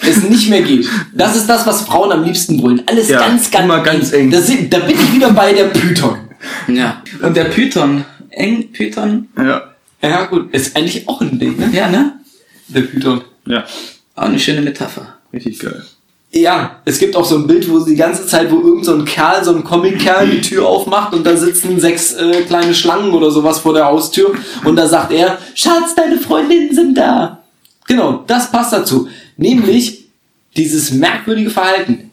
Speaker 5: es nicht mehr geht. Das ist das, was Frauen am liebsten wollen. Alles
Speaker 2: Ja,
Speaker 5: ganz, ganz,
Speaker 2: immer ganz eng.
Speaker 5: Da, sind, da bin ich wieder bei der Python.
Speaker 4: Ja. Und der Python. Eng, Python.
Speaker 2: Ja,
Speaker 5: Ja gut, ist eigentlich auch ein Ding, ne?
Speaker 4: Ja, ne?
Speaker 5: Der Python.
Speaker 2: ja,
Speaker 4: Auch eine schöne Metapher.
Speaker 2: richtig geil.
Speaker 5: Ja, es gibt auch so ein Bild, wo sie die ganze Zeit, wo irgend so ein Kerl, so ein Comic-Kerl die Tür aufmacht und da sitzen sechs äh, kleine Schlangen oder sowas vor der Haustür und da sagt er, Schatz, deine Freundinnen sind da. Genau, das passt dazu. Nämlich dieses merkwürdige Verhalten.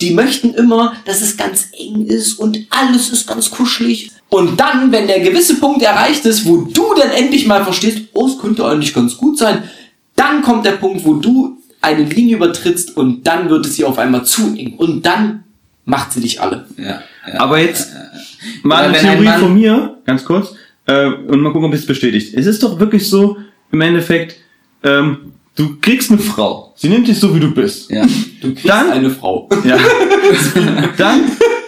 Speaker 5: Die möchten immer, dass es ganz eng ist und alles ist ganz kuschelig. Und dann, wenn der gewisse Punkt erreicht ist, wo du dann endlich mal verstehst, oh, es könnte eigentlich ganz gut sein, dann kommt der Punkt, wo du eine Linie übertrittst und dann wird es ihr auf einmal zu eng. Und dann macht sie dich alle.
Speaker 4: Ja. ja.
Speaker 2: Aber jetzt mal
Speaker 4: Oder
Speaker 2: eine
Speaker 4: wenn ein
Speaker 2: Theorie
Speaker 4: Mann-
Speaker 2: von mir, ganz kurz, äh, und mal gucken, ob es bestätigt. Es ist doch wirklich so, im Endeffekt, ähm, du kriegst eine Frau. Sie nimmt dich so, wie du bist.
Speaker 4: ja.
Speaker 5: Du kriegst
Speaker 2: Dann-
Speaker 5: eine Frau.
Speaker 2: Ja. dann,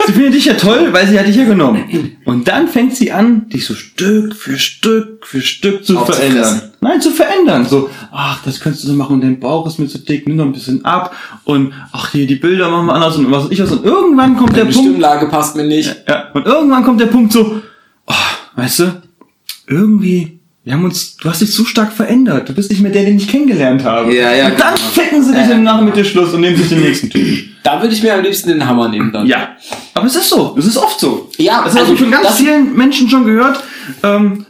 Speaker 2: sie findet dich ja toll, weil sie hat dich ja genommen. Und dann fängt sie an, dich so Stück für Stück für Stück zu
Speaker 4: Aufzufressen.
Speaker 2: verändern. Nein, zu verändern. So, ach, das könntest du so machen und dein Bauch ist mir zu dick, nimm noch ein bisschen ab. Und ach, hier die Bilder machen wir anders und was weiß ich was. Und irgendwann kommt der
Speaker 5: Die
Speaker 2: Punkt,
Speaker 5: Stimmlage passt mir nicht.
Speaker 2: ja, und irgendwann kommt der Punkt so, oh, weißt du, irgendwie wir haben uns, du hast dich so stark verändert. Du bist nicht mehr der, den ich kennengelernt habe.
Speaker 4: Ja, ja,
Speaker 2: Und dann
Speaker 4: genau.
Speaker 2: ficken sie dich
Speaker 4: Ja, genau.
Speaker 2: im
Speaker 4: ja.
Speaker 2: Nachen mit dir Schluss und nehmen sich den nächsten Typen.
Speaker 5: Da würde ich mir am liebsten den Hammer nehmen dann.
Speaker 2: Ja. Aber es ist so. Es ist oft so.
Speaker 5: Ja,
Speaker 2: das habe
Speaker 5: also
Speaker 2: ich von ganz
Speaker 5: das-
Speaker 2: vielen Menschen schon gehört, ähm,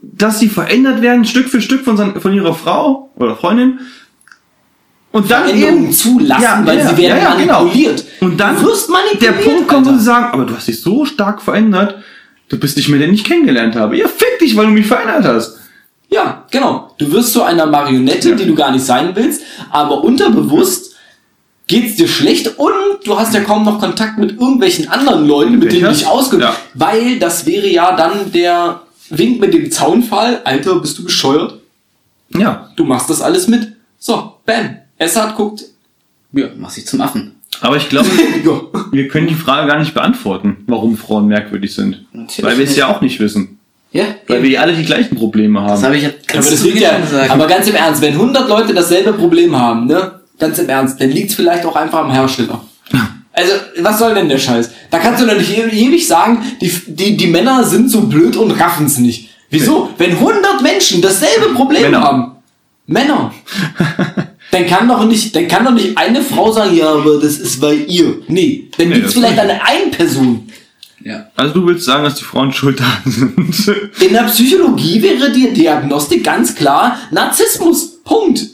Speaker 2: dass sie verändert werden, Stück für Stück von, sein, von ihrer Frau oder Freundin. Und dann
Speaker 5: Änderungen
Speaker 2: eben
Speaker 5: zulassen, weil sie werden manipuliert.
Speaker 2: genau. Und dann
Speaker 5: Du wirst manipuliert,
Speaker 2: der Punkt kommt, wo
Speaker 5: Alter.
Speaker 2: sie sagen, aber du hast dich so stark verändert, du bist nicht mehr der, den ich kennengelernt habe. Ja, fick dich, weil du mich verändert hast.
Speaker 5: Ja, genau. Du wirst zu einer Marionette, die du gar nicht sein willst, aber unterbewusst geht's dir schlecht und du hast ja kaum noch Kontakt mit irgendwelchen anderen Leuten, mit denen du
Speaker 2: Ja.
Speaker 5: dich auskennst.
Speaker 2: Ja.
Speaker 5: Weil das wäre ja dann der Wink mit dem Zaunfall. Alter, bist du bescheuert?
Speaker 2: Ja.
Speaker 5: Du machst das alles mit. So, bam. Essart guckt.
Speaker 4: Ja, mach dich zum Affen.
Speaker 2: Aber ich glaube,
Speaker 5: Ja.
Speaker 2: wir können die Frage gar nicht beantworten, warum Frauen merkwürdig sind.
Speaker 4: Natürlich
Speaker 2: weil wir es
Speaker 4: nicht.
Speaker 2: ja auch nicht wissen.
Speaker 4: Ja,
Speaker 2: Weil
Speaker 4: eben.
Speaker 2: wir alle die gleichen Probleme haben.
Speaker 4: das habe ich ja
Speaker 5: Aber,
Speaker 4: ganz
Speaker 5: das
Speaker 4: zu
Speaker 5: liegt
Speaker 4: Beginn
Speaker 5: ja,
Speaker 4: schon gesagt.
Speaker 5: aber ganz im Ernst, wenn 100 Leute dasselbe Problem haben, ne? Ganz im Ernst, dann liegt's vielleicht auch einfach am Hersteller. Also, was soll denn der Scheiß? Da kannst du doch nicht e- ewig sagen, die, die, die Männer sind so blöd und raffen's nicht. Wieso? Wenn 100 Menschen dasselbe Problem
Speaker 2: Männer.
Speaker 5: haben, Männer, dann kann doch nicht, dann kann doch nicht eine Frau sagen, ja, aber das ist bei ihr. Nee, dann
Speaker 2: Nee, das ist
Speaker 5: liegt's vielleicht an
Speaker 2: nicht.
Speaker 5: der einen Person.
Speaker 4: ja.
Speaker 2: also du willst sagen, dass die Frauen schuld daran sind.
Speaker 5: In der Psychologie wäre die Diagnostik ganz klar Narzissmus. Punkt.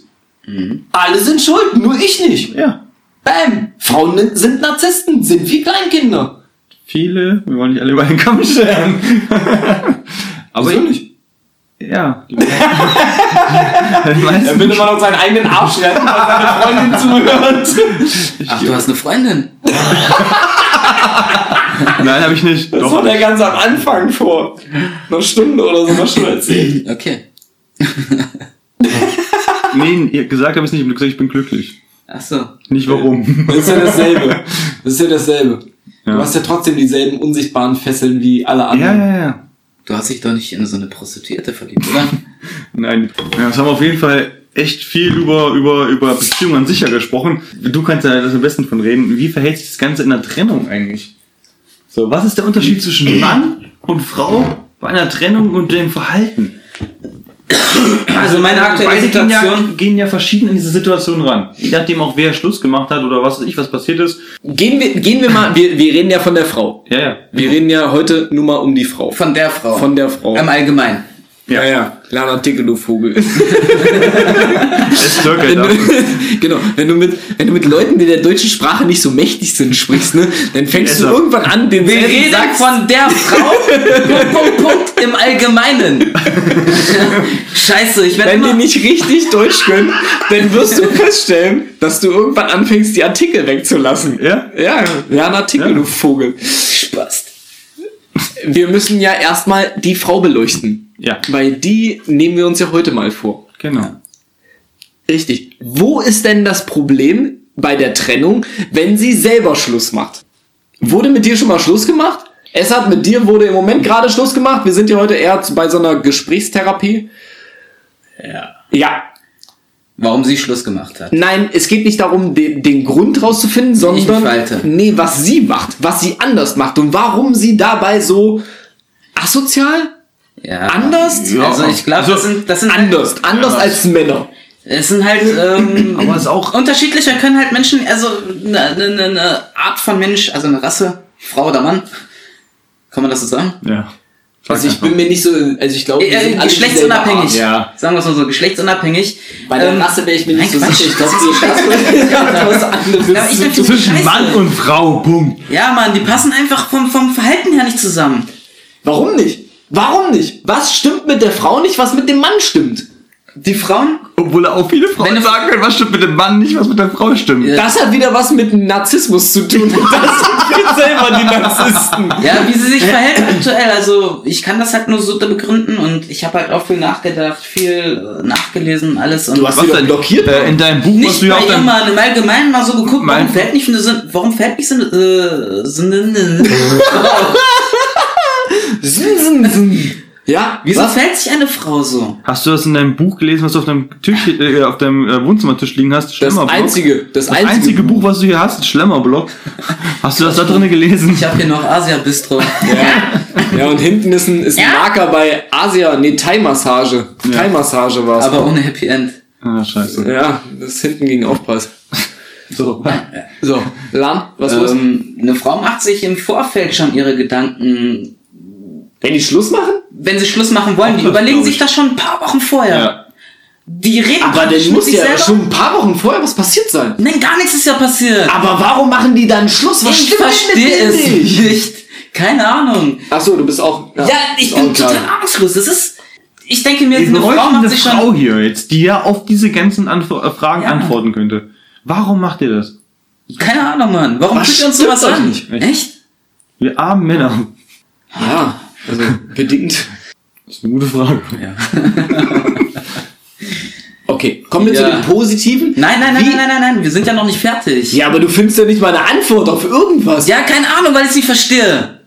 Speaker 5: Alle sind schuld, nur ich nicht.
Speaker 2: ja.
Speaker 5: Bam. Frauen sind Narzissten, sind wie Kleinkinder.
Speaker 2: Viele, wir wollen nicht alle über den Kamm scheren. aber
Speaker 5: Wieso
Speaker 2: ich,
Speaker 5: nicht?
Speaker 2: ja. Die meisten,
Speaker 5: Dann würde man auf seinen eigenen Arsch rennen, weil seine Freundin zuhört.
Speaker 4: Ach, du hast eine Freundin.
Speaker 2: nein, habe ich nicht.
Speaker 5: Das war der ganz am Anfang vor einer Stunde oder so mal schon erzählt.
Speaker 4: Okay.
Speaker 2: Nee, ihr gesagt habe ich es nicht, ich habe gesagt, ich bin glücklich.
Speaker 4: Ach so.
Speaker 2: Nicht warum.
Speaker 5: Das ist ja dasselbe. Das ist ja dasselbe.
Speaker 2: Ja.
Speaker 5: Du hast ja trotzdem dieselben unsichtbaren Fesseln wie alle
Speaker 2: Ja,
Speaker 5: anderen.
Speaker 2: ja, ja.
Speaker 4: Du hast dich doch nicht in so eine Prostituierte verliebt, oder?
Speaker 2: Nein. Ja, das haben wir auf jeden Fall echt viel über, über, über Beziehungen an sich ja gesprochen. Du kannst ja das am besten von reden. Wie verhält sich das Ganze in der Trennung eigentlich? So, was ist der Unterschied zwischen Mann und Frau bei einer Trennung und dem Verhalten?
Speaker 4: Also meine aktuelle
Speaker 2: Beide gehen ja,
Speaker 4: Situation.
Speaker 2: gehen ja verschieden in diese Situation ran. Je nachdem auch, wer Schluss gemacht hat oder was weiß ich, was passiert ist.
Speaker 3: Gehen wir, gehen wir mal, wir, wir reden ja von der Frau.
Speaker 2: Ja, ja.
Speaker 3: Wir reden ja heute nur mal um die Frau.
Speaker 4: Von der Frau.
Speaker 3: Von der Frau.
Speaker 4: Im Allgemeinen.
Speaker 3: ja, ja. Kleiner Artikel, du Vogel.
Speaker 2: Es circa
Speaker 3: Wenn
Speaker 2: dafür.
Speaker 3: du, genau, wenn du, mit, wenn du mit Leuten, die der deutschen Sprache nicht so mächtig sind, sprichst, ne, dann fängst du
Speaker 2: Besser.
Speaker 3: irgendwann an, den
Speaker 4: Wir
Speaker 3: selben
Speaker 4: reden
Speaker 3: Satz-
Speaker 4: von der Frau. Punkt, Punkt, Punkt. Im Allgemeinen. Scheiße, ich werde
Speaker 3: Wenn
Speaker 4: immer...
Speaker 3: dir nicht richtig Deutsch können, dann wirst du feststellen, dass du irgendwann anfängst, die Artikel wegzulassen.
Speaker 2: Ja?
Speaker 3: Ja, ja, ein Artikel,
Speaker 2: Ja.
Speaker 3: du Vogel. Spaß. Wir müssen ja erstmal die Frau beleuchten.
Speaker 2: Ja.
Speaker 3: Weil die nehmen wir uns ja heute mal vor.
Speaker 2: Genau.
Speaker 3: Richtig. Wo ist denn das Problem bei der Trennung, wenn sie selber Schluss macht? Wurde mit dir schon mal Schluss gemacht? Es hat mit dir wurde im Moment gerade Schluss gemacht. Wir sind ja heute eher bei so einer Gesprächstherapie. Ja. Ja,
Speaker 4: Warum sie Schluss gemacht hat.
Speaker 3: Nein, es geht nicht darum, den, den Grund rauszufinden, sondern
Speaker 4: falte.
Speaker 3: nee, was sie macht, was sie anders macht und warum sie dabei so asozial,
Speaker 4: Ja.
Speaker 3: anders,
Speaker 2: Ja.
Speaker 4: Also ich glaube, das sind, das sind
Speaker 3: anders, anders als Männer.
Speaker 4: Es sind halt ähm,
Speaker 2: Aber es ist auch-
Speaker 4: unterschiedlicher können halt Menschen, also eine, eine, eine ne Art von Mensch, also eine Rasse, Frau oder Mann. Kann man das so sagen?
Speaker 2: Ja.
Speaker 5: Also ich bin mir nicht so, also ich glaube, wir
Speaker 4: Äh,
Speaker 5: sind alle
Speaker 4: geschlechtsunabhängig.
Speaker 2: dieselbe Art. Ja.
Speaker 4: Sagen wir es mal so, geschlechtsunabhängig.
Speaker 5: Bei der
Speaker 4: Ähm,
Speaker 5: Rasse wäre ich mir nicht so
Speaker 4: nein, Quatsch.
Speaker 5: sicher. Ich glaube, die Rasse ist was
Speaker 4: Aber ich
Speaker 5: anderes.
Speaker 4: bin
Speaker 2: Zwischen
Speaker 4: Scheiße.
Speaker 2: Mann und Frau, Punkt.
Speaker 4: Ja, Mann, die passen einfach vom, vom Verhalten her nicht zusammen.
Speaker 5: Warum nicht? Warum nicht? Was stimmt mit der Frau nicht, was mit dem Mann stimmt?
Speaker 4: Die Frauen,
Speaker 2: Obwohl auch viele
Speaker 4: Wenn
Speaker 2: Frauen
Speaker 4: du-
Speaker 2: sagen können, was stimmt mit dem Mann nicht, was mit der Frau stimmt.
Speaker 4: Ja.
Speaker 5: Das hat wieder was mit Narzissmus zu tun. Das sind selber die Narzissten.
Speaker 4: ja, wie sie sich verhält aktuell. Also ich kann das halt nur so begründen und ich habe halt auch viel nachgedacht, viel äh, nachgelesen und alles. Und
Speaker 5: hast sie doch
Speaker 2: denn-
Speaker 5: blockiert,
Speaker 2: Äh, in deinem Buch hast
Speaker 4: Nicht
Speaker 2: du ja
Speaker 4: bei
Speaker 2: auch
Speaker 4: ihr
Speaker 2: dein,
Speaker 4: mal im Allgemeinen mal so geguckt,
Speaker 2: Mein-
Speaker 4: warum fällt nicht eine Sünde, warum fällt nicht so ne? eine, äh, Sünde,
Speaker 5: Ja,
Speaker 4: wieso fällt sich eine Frau so?
Speaker 2: Hast du das in deinem Buch gelesen, was du auf deinem Tisch, äh, auf deinem äh, Wohnzimmertisch liegen hast?
Speaker 3: Das
Speaker 2: Schlemmerblock?
Speaker 3: einzige, das,
Speaker 2: Das
Speaker 3: einzige,
Speaker 2: einzige Buch, was du hier hast, ist Schlemmerblock. Hast du das da drinnen gelesen?
Speaker 4: Ich habe hier noch Asia Bistro.
Speaker 5: Ja, und hinten ist ein, ist ein Marker bei Asia, nee, Thai-Massage. Thai-Massage war's.
Speaker 4: Aber ohne Happy End.
Speaker 2: Ah, scheiße.
Speaker 5: Ja, das ist hinten gegen Aufpreis.
Speaker 2: So.
Speaker 5: So, Lan, was los?
Speaker 4: Ähm, eine Frau macht sich im Vorfeld schon ihre Gedanken.
Speaker 5: Wenn die Schluss machen?
Speaker 4: Wenn sie Schluss machen wollen, die
Speaker 2: das
Speaker 4: überlegen
Speaker 2: glaub
Speaker 4: sich
Speaker 2: ich.
Speaker 4: das schon ein paar Wochen vorher.
Speaker 2: Ja.
Speaker 4: Die reden
Speaker 5: Aber
Speaker 4: praktisch
Speaker 5: dann
Speaker 4: mit
Speaker 5: muss
Speaker 4: sich
Speaker 5: ja
Speaker 4: selber.
Speaker 5: schon ein paar Wochen vorher was passiert sein.
Speaker 4: Nein, gar nichts ist ja passiert.
Speaker 5: Aber warum machen die dann Schluss? Was
Speaker 4: ich
Speaker 5: stimmt denn mit
Speaker 4: verstehe
Speaker 5: denen
Speaker 4: es
Speaker 5: nicht?
Speaker 4: nicht. Keine Ahnung.
Speaker 5: Ach so, du bist auch.
Speaker 4: Ja, ich
Speaker 5: ist
Speaker 4: bin
Speaker 5: auch klar.
Speaker 4: total ahnungslos. Das ist. Ich denke mir,
Speaker 2: Wir
Speaker 4: eine Frau
Speaker 2: bräuchten
Speaker 4: macht
Speaker 2: eine
Speaker 4: sich
Speaker 2: Frau
Speaker 4: schon.
Speaker 2: hier jetzt, die ja auf diese ganzen Anf- äh, Fragen
Speaker 4: Ja.
Speaker 2: antworten könnte. Warum macht ihr das?
Speaker 4: Keine Ahnung, Mann. Warum
Speaker 5: Was
Speaker 4: tut ihr uns
Speaker 5: stimmt
Speaker 4: sowas
Speaker 5: euch
Speaker 4: an?
Speaker 5: nicht?
Speaker 4: Echt?
Speaker 2: Wir armen Männer.
Speaker 5: Ja, also bedingt.
Speaker 2: Das ist eine gute Frage.
Speaker 5: Okay, kommen wir
Speaker 4: Ja.
Speaker 5: zu den Positiven.
Speaker 4: Nein, nein, nein,
Speaker 5: Wie-
Speaker 4: nein, nein, nein, nein. Wir sind ja noch nicht fertig.
Speaker 5: Ja, aber du findest ja nicht mal eine Antwort auf irgendwas.
Speaker 4: Ja, keine Ahnung, weil ich sie verstehe.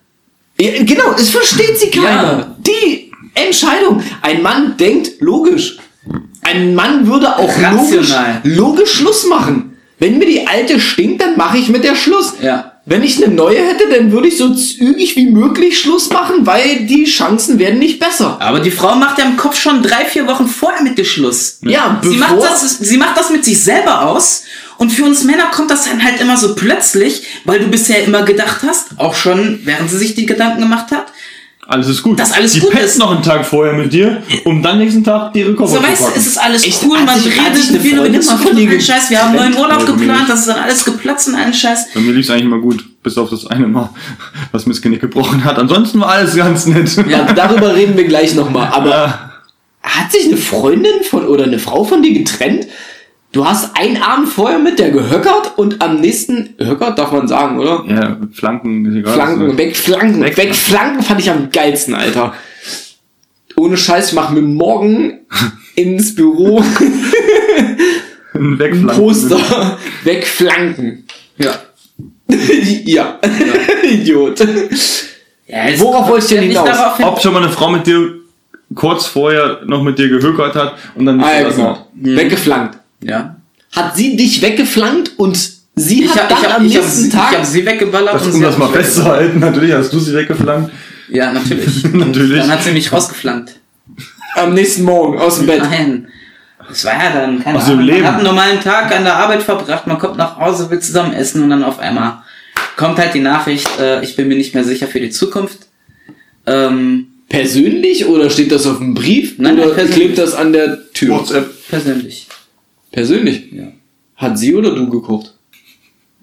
Speaker 5: Ja, genau, es versteht sie keiner.
Speaker 4: Ja.
Speaker 5: Die Entscheidung. Ein Mann denkt logisch. Ein Mann würde auch logisch,
Speaker 4: Rational.
Speaker 5: logisch Schluss machen. Wenn mir die alte stinkt, dann mache ich mit der Schluss.
Speaker 4: Ja.
Speaker 5: Wenn ich eine neue hätte, dann würde ich so zügig wie möglich Schluss machen, weil die Chancen werden nicht besser.
Speaker 4: Aber die Frau macht ja im Kopf schon drei, vier Wochen vorher mit dir Schluss.
Speaker 5: Ja,
Speaker 4: Sie macht,
Speaker 5: bevor-
Speaker 4: das, sie macht das mit sich selber aus. Und für uns Männer kommt das dann halt immer so plötzlich, weil du bisher immer gedacht hast, auch schon während sie sich die Gedanken gemacht hat,
Speaker 2: Alles ist gut.
Speaker 4: Dass alles
Speaker 2: die
Speaker 4: gut
Speaker 2: pennt
Speaker 4: ist.
Speaker 2: noch einen Tag vorher mit dir, um dann nächsten Tag ihre Koffer
Speaker 4: So
Speaker 2: zu
Speaker 4: weißt du,
Speaker 2: packen.
Speaker 4: es ist alles
Speaker 5: Oh, Echt?
Speaker 4: cool,
Speaker 5: Als
Speaker 4: man
Speaker 5: ich- als ich
Speaker 4: redet
Speaker 5: eine
Speaker 4: viel über
Speaker 5: Freundin
Speaker 4: den
Speaker 5: von
Speaker 4: Kopf und
Speaker 5: mir
Speaker 4: einen Scheiß, wir haben
Speaker 5: getrennt
Speaker 4: neuen Urlaub
Speaker 2: habe, mir
Speaker 4: geplant,
Speaker 2: nicht.
Speaker 4: das ist dann alles geplatzt und einen Scheiß.
Speaker 2: Bei mir lief es eigentlich immer gut, bis auf das eine Mal, was mir das Genick gebrochen hat. Ansonsten war alles ganz nett.
Speaker 5: Ja, darüber reden wir gleich nochmal. Aber
Speaker 2: Ja.
Speaker 5: hat sich eine Freundin von oder eine Frau von dir getrennt? Du hast einen Abend vorher mit der gehöckert und am nächsten, höckert darf man sagen, oder?
Speaker 2: Ja, Flanken ist egal.
Speaker 5: Flanken,
Speaker 2: Also,
Speaker 5: wegflanken,
Speaker 2: Weg-
Speaker 5: wegflanken fand ich am geilsten, Alter. Ohne Scheiß, ich mach mir morgen ins Büro ein
Speaker 2: Wegflanken.
Speaker 5: Poster. Wegflanken.
Speaker 4: Ja.
Speaker 5: ja. Idiot.
Speaker 4: ja jetzt
Speaker 5: Worauf wollte ich denn
Speaker 4: nicht
Speaker 5: hinaus?
Speaker 4: darauf hin.
Speaker 2: Ob schon mal eine Frau mit dir kurz vorher noch mit dir gehökert hat und dann
Speaker 5: Ah,
Speaker 2: nicht
Speaker 5: ja,
Speaker 2: gelassen hat.
Speaker 5: genau. Weggeflankt.
Speaker 4: Ja.
Speaker 5: Hat sie dich weggeflankt und sie
Speaker 4: Ich
Speaker 5: hat
Speaker 4: habe
Speaker 5: dann
Speaker 4: hab,
Speaker 5: am
Speaker 4: ich hab,
Speaker 5: nächsten
Speaker 4: sie- ich
Speaker 5: Tag.
Speaker 4: hab sie weggeballert
Speaker 2: Das,
Speaker 4: und
Speaker 2: um
Speaker 4: sie
Speaker 2: das
Speaker 4: hat
Speaker 2: mal
Speaker 4: mich weggeballert.
Speaker 2: festzuhalten, natürlich hast du sie weggeflankt.
Speaker 4: Ja, natürlich.
Speaker 2: Natürlich.
Speaker 4: Dann hat sie mich rausgeflankt.
Speaker 5: am nächsten Morgen aus dem Bett.
Speaker 4: Nein. Das war ja dann, keine
Speaker 2: Aus dem
Speaker 4: Ahnung.
Speaker 2: Leben.
Speaker 4: Man hat einen normalen Tag an der Arbeit verbracht, man kommt nach Hause, will zusammen essen und dann auf einmal kommt halt die Nachricht, äh, ich bin mir nicht mehr sicher für die Zukunft. Ähm,
Speaker 5: Persönlich oder steht das auf dem Brief?
Speaker 4: Nein,
Speaker 5: oder
Speaker 4: nein, persönlich.
Speaker 5: klebt das an der Tür?
Speaker 2: WhatsApp.
Speaker 4: persönlich.
Speaker 5: Persönlich?
Speaker 4: Ja.
Speaker 5: Hat sie oder du gekocht?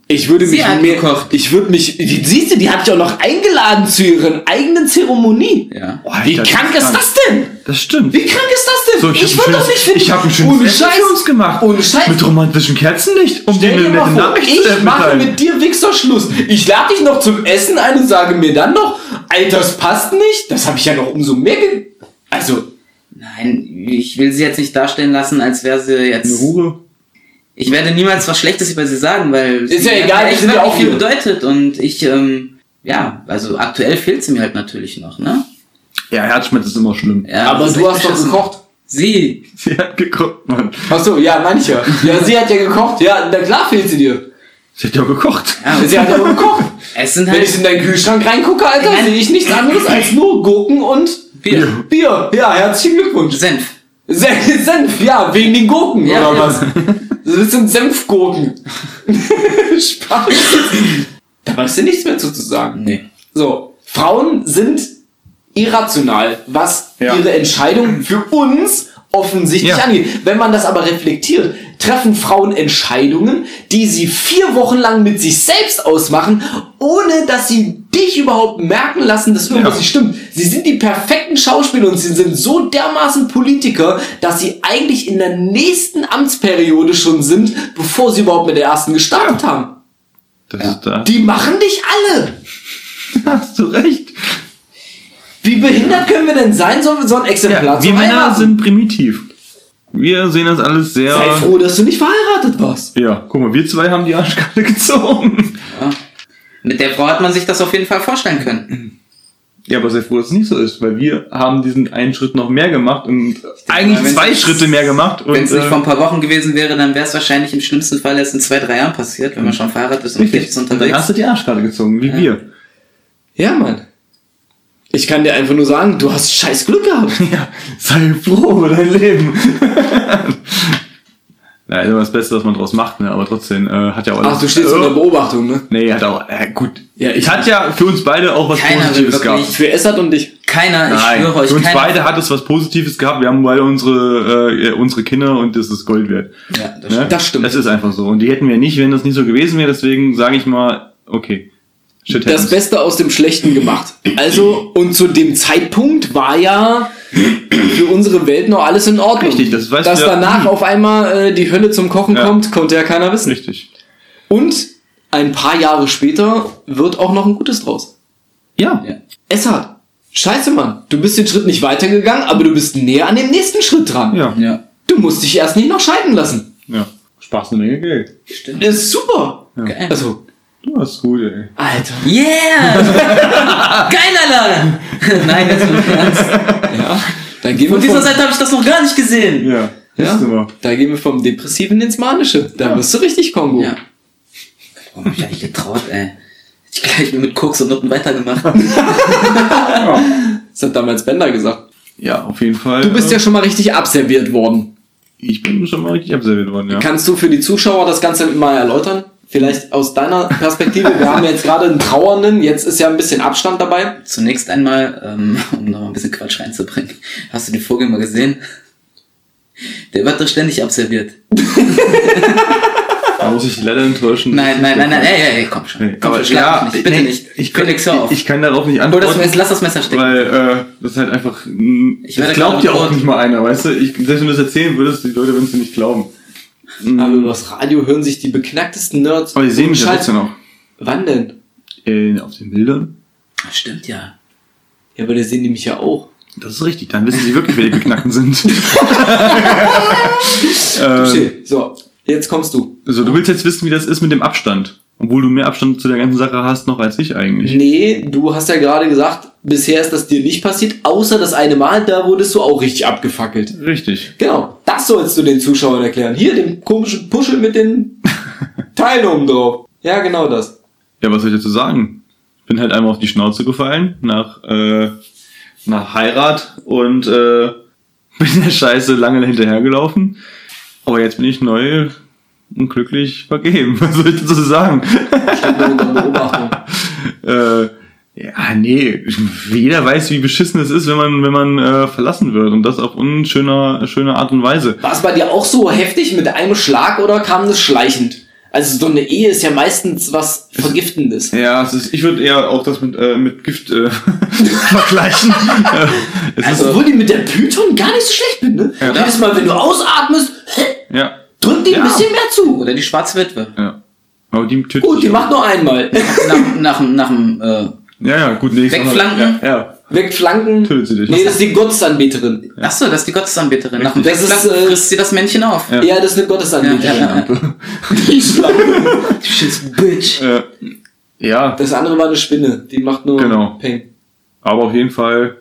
Speaker 5: Ich würde
Speaker 4: Sie
Speaker 5: mich
Speaker 4: hat
Speaker 5: mehr,
Speaker 4: gekocht.
Speaker 5: Ich würde mich. Die, siehst du, die hat ich auch noch eingeladen zu ihren eigenen Zeremonie.
Speaker 4: Ja.
Speaker 2: Alter,
Speaker 5: Wie krank ist
Speaker 2: krank.
Speaker 5: das denn?
Speaker 2: Das stimmt.
Speaker 5: Wie krank ist das denn?
Speaker 2: So, ich hab ein
Speaker 5: würd
Speaker 2: schönes- ich hab ein schönes
Speaker 5: Ohne
Speaker 2: Essen
Speaker 5: Scheiß.
Speaker 2: für uns gemacht.
Speaker 5: Ohne Scheiß.
Speaker 2: Mit romantischem Kerzenlicht, um
Speaker 5: Stell
Speaker 2: dir
Speaker 5: dir
Speaker 2: eine
Speaker 5: mal
Speaker 2: nette
Speaker 5: vor,
Speaker 2: Nachricht zu
Speaker 5: ich mache
Speaker 2: mitteilen.
Speaker 5: mit dir Wichser Schluss. Ich lade dich noch zum Essen ein und sage mir dann noch, Alter, das passt nicht. Das habe ich ja noch umso mehr ge Also,
Speaker 4: Nein, ich will sie jetzt nicht darstellen lassen, als wäre sie
Speaker 2: Eine
Speaker 4: jetzt.
Speaker 2: Hure.
Speaker 4: Ich werde niemals was Schlechtes über sie sagen, weil
Speaker 5: Ist ja
Speaker 4: mir
Speaker 5: egal, wir
Speaker 4: echt
Speaker 5: sind ja
Speaker 4: wirklich
Speaker 5: auch
Speaker 4: viel
Speaker 5: hier.
Speaker 4: bedeutet und ich, ähm, ja, also aktuell fehlt sie mir halt natürlich noch, ne?
Speaker 2: Ja, Herzschmerz ist immer schlimm.
Speaker 4: Ja,
Speaker 5: aber
Speaker 4: das ist
Speaker 5: du
Speaker 4: echt
Speaker 5: hast doch
Speaker 4: beschissen.
Speaker 5: gekocht.
Speaker 4: Sie.
Speaker 2: Sie hat gekocht, Mann.
Speaker 5: Ach so, ja, manche. Ja, sie hat ja gekocht. Ja, na klar fehlt sie dir.
Speaker 2: Sie hat ja gekocht.
Speaker 4: Ja,
Speaker 5: Sie hat ja nur gekocht.
Speaker 4: es sind
Speaker 5: Wenn
Speaker 4: halt
Speaker 5: ich in deinen Kühlschrank reingucke, Alter,
Speaker 4: Nein.
Speaker 5: sehe ich nichts anderes als nur Gurken und
Speaker 4: Bier.
Speaker 5: Bier. Ja, herzlichen Glückwunsch.
Speaker 4: Senf.
Speaker 5: Se- Senf, ja, wegen den Gurken,
Speaker 4: Ja,
Speaker 5: oder
Speaker 4: ja.
Speaker 5: was? Also, Das sind Senfgurken. Spaß. Da weißt du nichts mehr zu, zu sagen.
Speaker 4: Nee.
Speaker 5: So, Frauen sind irrational, was
Speaker 2: Ja.
Speaker 5: ihre Entscheidung für uns offensichtlich
Speaker 2: Ja.
Speaker 5: angeht. Wenn man das aber reflektiert, treffen Frauen Entscheidungen, die sie vier Wochen lang mit sich selbst ausmachen, ohne dass sie dich überhaupt merken lassen, dass irgendwas
Speaker 2: Ja.
Speaker 5: nicht stimmt. Sie sind die perfekten Schauspieler und sie sind so dermaßen Politiker, dass sie eigentlich in der nächsten Amtsperiode schon sind, bevor sie überhaupt mit der ersten gestartet haben.
Speaker 2: Das ist da.
Speaker 5: Die machen dich alle.
Speaker 2: hast du recht.
Speaker 5: Wie behindert können wir denn sein, so, so ein Exemplar
Speaker 2: Ja,
Speaker 5: zu
Speaker 2: wir Männer
Speaker 5: heiraten?
Speaker 2: sind primitiv. Wir sehen das alles sehr.
Speaker 5: Sei froh, dass du nicht verheiratet warst.
Speaker 2: Ja, guck mal, wir zwei haben die Arschkarte gezogen.
Speaker 4: Ja. Mit der Frau hat man sich das auf jeden Fall vorstellen können.
Speaker 2: Ja, aber sei froh, dass es nicht so ist, weil wir haben diesen einen Schritt noch mehr gemacht und eigentlich
Speaker 4: wenn's-
Speaker 2: zwei Schritte mehr gemacht. und,
Speaker 4: Wenn es nicht
Speaker 2: äh,
Speaker 4: vor ein paar Wochen gewesen wäre, dann wäre es wahrscheinlich im schlimmsten Fall erst in zwei, drei Jahren passiert, wenn man schon verheiratet ist und
Speaker 2: Richtig.
Speaker 4: jetzt
Speaker 2: Und dann
Speaker 4: unterwegs.
Speaker 2: hast du die Arschkarte gezogen, wie wir.
Speaker 5: Ja, Mann. Ich kann dir einfach nur sagen, du hast scheiß Glück gehabt.
Speaker 2: Ja, sei froh über dein Leben. Na, ist immer das Beste, was man draus macht, ne? aber trotzdem äh, hat ja auch Oh.
Speaker 5: Ach, du stehst unter Beobachtung, ne?
Speaker 2: Nee, hat auch, äh, gut.
Speaker 5: Ja, ich-
Speaker 2: es hat ja für uns beide auch was
Speaker 4: Keiner will
Speaker 2: Positives
Speaker 4: wirklich-
Speaker 2: gehabt.
Speaker 5: Für Essert und dich.
Speaker 4: Keiner, ich
Speaker 2: Nein,
Speaker 4: schwöre euch,
Speaker 2: für uns
Speaker 4: keiner.
Speaker 2: beide hat es was Positives gehabt. Wir haben beide unsere, äh, unsere Kinder und das ist Gold wert.
Speaker 4: ja, das
Speaker 2: Ne?
Speaker 5: das stimmt.
Speaker 2: Das ist einfach so. Und die hätten wir nicht, wenn das nicht so gewesen wäre. Deswegen sage ich mal, okay. Shit
Speaker 5: das
Speaker 2: happens.
Speaker 5: Beste aus dem Schlechten gemacht. Also, und zu dem Zeitpunkt war ja für unsere Welt noch alles in Ordnung.
Speaker 2: Richtig, das weiß
Speaker 5: Dass
Speaker 2: wir-
Speaker 5: danach auf einmal äh, die Hölle zum Kochen
Speaker 2: Ja.
Speaker 5: kommt, konnte ja keiner wissen.
Speaker 2: Richtig.
Speaker 5: Und ein paar Jahre später wird auch noch ein Gutes draus.
Speaker 2: Ja.
Speaker 4: Ja.
Speaker 5: Essert, scheiße Mann, du bist den Schritt nicht weitergegangen, aber du bist näher an dem nächsten Schritt dran.
Speaker 2: Ja. Ja.
Speaker 4: Ja,
Speaker 5: Du musst dich erst nicht noch scheiden lassen.
Speaker 2: Spaß eine Menge Geld.
Speaker 4: stimmt.
Speaker 5: Das ist super.
Speaker 4: Geil.
Speaker 5: Also,
Speaker 2: Du hast gut, ey.
Speaker 5: Alter.
Speaker 4: Yeah! Geil, Alter! Nein, jetzt mal im Ernst.
Speaker 5: Dann gehen
Speaker 4: Von
Speaker 5: wir
Speaker 4: dieser
Speaker 5: vom,
Speaker 4: Seite habe ich das noch gar nicht gesehen.
Speaker 2: Ja.
Speaker 5: ja,
Speaker 2: Siehst du mal.
Speaker 5: da gehen wir vom Depressiven ins Manische. Da wirst du richtig Kongo.
Speaker 4: Ja. Warum hab ich eigentlich getraut, ey? Hätte ich gleich nur mit Koks und Noten weitergemacht.
Speaker 5: Das hat damals Bender gesagt.
Speaker 2: Ja, auf jeden Fall.
Speaker 5: Du bist
Speaker 2: äh,
Speaker 5: ja schon mal richtig abserviert worden.
Speaker 2: Ich bin schon mal richtig abserviert worden, ja.
Speaker 5: Kannst du für die Zuschauer das Ganze mal erläutern? Vielleicht aus deiner Perspektive. Wir haben jetzt gerade einen Trauernden. Jetzt ist ja ein bisschen Abstand dabei.
Speaker 4: Zunächst einmal, ähm, um noch mal ein bisschen Quatsch reinzubringen, hast du den Vogel mal gesehen? Der wird doch ständig abserviert.
Speaker 2: Da muss ich leider enttäuschen.
Speaker 4: Nein, nein, nein, nein, ey, ey, ey, komm schon.
Speaker 2: Nee,
Speaker 4: Komm schon, schlag mich nicht. Bitte
Speaker 2: nee,
Speaker 4: nicht.
Speaker 2: Ich kann,
Speaker 4: Felix,
Speaker 2: ich,
Speaker 4: hör auf.
Speaker 2: ich kann darauf nicht
Speaker 4: Oder das
Speaker 2: antworten.
Speaker 4: Messer, lass das Messer stecken.
Speaker 2: Weil äh, das ist halt einfach. mh,
Speaker 4: Ich werde
Speaker 2: das glaubt ja
Speaker 4: gerade
Speaker 2: auch
Speaker 4: rot.
Speaker 2: nicht mal einer, weißt du? Ich, selbst wenn du das erzählen würdest, die Leute würden es dir nicht glauben.
Speaker 5: Aber über das Radio hören sich die beknacktesten Nerds.
Speaker 2: Aber Mhm. Oh, die sehen mich ja
Speaker 5: Scheiß-
Speaker 2: trotzdem noch.
Speaker 5: Wann denn?
Speaker 2: Äh, auf den Bildern.
Speaker 4: Ach, Ah, Stimmt ja.
Speaker 5: Ja, aber da sehen die mich ja auch.
Speaker 2: Das ist richtig, dann wissen sie wirklich, wer die Beknackten sind. ähm,
Speaker 5: Okay, so. Jetzt kommst du.
Speaker 2: so, du willst jetzt wissen, wie das ist mit dem Abstand. Obwohl du mehr Abstand zu der ganzen Sache hast noch als ich eigentlich.
Speaker 5: Nee, du hast ja gerade gesagt, bisher ist das dir nicht passiert, außer das eine Mal, da wurdest du auch richtig abgefackelt.
Speaker 2: Richtig.
Speaker 5: Genau, das sollst du den Zuschauern erklären. Hier dem komischen Puschel mit den Teilen oben drauf. Ja, genau das.
Speaker 2: Ja, was soll ich dazu sagen? Bin halt einmal auf die Schnauze gefallen nach, äh, nach Heirat und äh, bin der Scheiße lange hinterhergelaufen. Aber jetzt bin ich neu und glücklich vergeben. Was soll ich dazu sagen?
Speaker 5: Beobachtung.
Speaker 2: äh, ja, nee, jeder weiß, wie beschissen es ist, wenn man, wenn man äh, verlassen wird und das auf unschöner schöner Art und Weise.
Speaker 5: War es bei dir auch so heftig mit einem Schlag oder kam das schleichend? Also so eine Ehe ist ja meistens was Vergiftendes.
Speaker 2: Ja, es ist, ich würde eher auch das mit, äh, mit Gift äh, vergleichen. Äh, es
Speaker 5: Also, obwohl die mit der Python gar nicht so schlecht bin, ne?
Speaker 2: Ja.
Speaker 5: Jedes Mal, wenn du ausatmest,
Speaker 2: ist, ja,
Speaker 5: drück die
Speaker 2: Ja.
Speaker 5: ein bisschen mehr zu.
Speaker 4: Oder die schwarze Witwe.
Speaker 2: ja. Aber die tötet
Speaker 5: Gut, die
Speaker 2: sich
Speaker 5: macht nur einmal.
Speaker 4: Nach, nach, nach dem, äh,
Speaker 2: Ja, ja, gut, nächstes
Speaker 4: Wegflanken?
Speaker 2: Ja, ja.
Speaker 5: Weckt Flanken.
Speaker 2: Tötet sie dich.
Speaker 5: Nee, das ist die Gottesanbeterin.
Speaker 4: ach so, das ist die Gottesanbeterin. Nach dem
Speaker 5: Das
Speaker 4: Wechsel
Speaker 5: ist, äh,
Speaker 4: frisst sie das Männchen auf.
Speaker 2: Ja.
Speaker 5: Ja, das ist eine
Speaker 4: Ja,
Speaker 5: Gottesanbeterin.
Speaker 4: ja, ja, ja.
Speaker 5: Die Schlange.
Speaker 4: Scheiß Bitch.
Speaker 2: Äh, ja,
Speaker 5: Das andere war eine Spinne, die macht nur
Speaker 2: Genau.
Speaker 5: Peng.
Speaker 2: aber auf jeden Fall,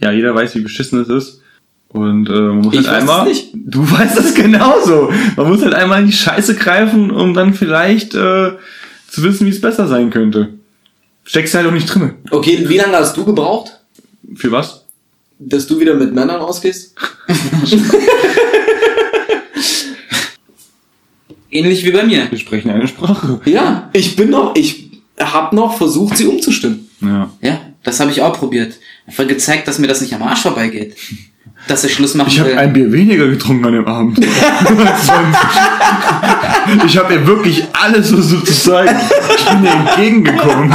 Speaker 2: ja, jeder weiß, wie beschissen es ist. Und äh, man muss
Speaker 5: Ich
Speaker 2: halt
Speaker 5: weiß
Speaker 2: einmal.
Speaker 5: es nicht.
Speaker 2: Du weißt das genauso. Man muss halt einmal in die Scheiße greifen, um dann vielleicht äh, zu wissen, wie es besser sein könnte. Steckst halt auch nicht drinne.
Speaker 5: Okay, wie lange hast du gebraucht,
Speaker 2: Für was?
Speaker 5: dass du wieder mit Männern ausgehst?
Speaker 4: Ähnlich wie bei mir.
Speaker 2: Wir sprechen eine Sprache.
Speaker 5: Ja, ich bin noch, ich hab noch versucht, sie umzustimmen.
Speaker 2: Ja.
Speaker 4: Ja, das habe ich auch probiert. Einfach gezeigt, dass mir das nicht am Arsch vorbeigeht. Dass ich Schluss machen
Speaker 2: Ich habe
Speaker 4: will.
Speaker 2: ein Bier weniger getrunken an dem Abend. Als sonst. ich habe ihr wirklich alles versucht zu zeigen. Ich bin ihr entgegengekommen.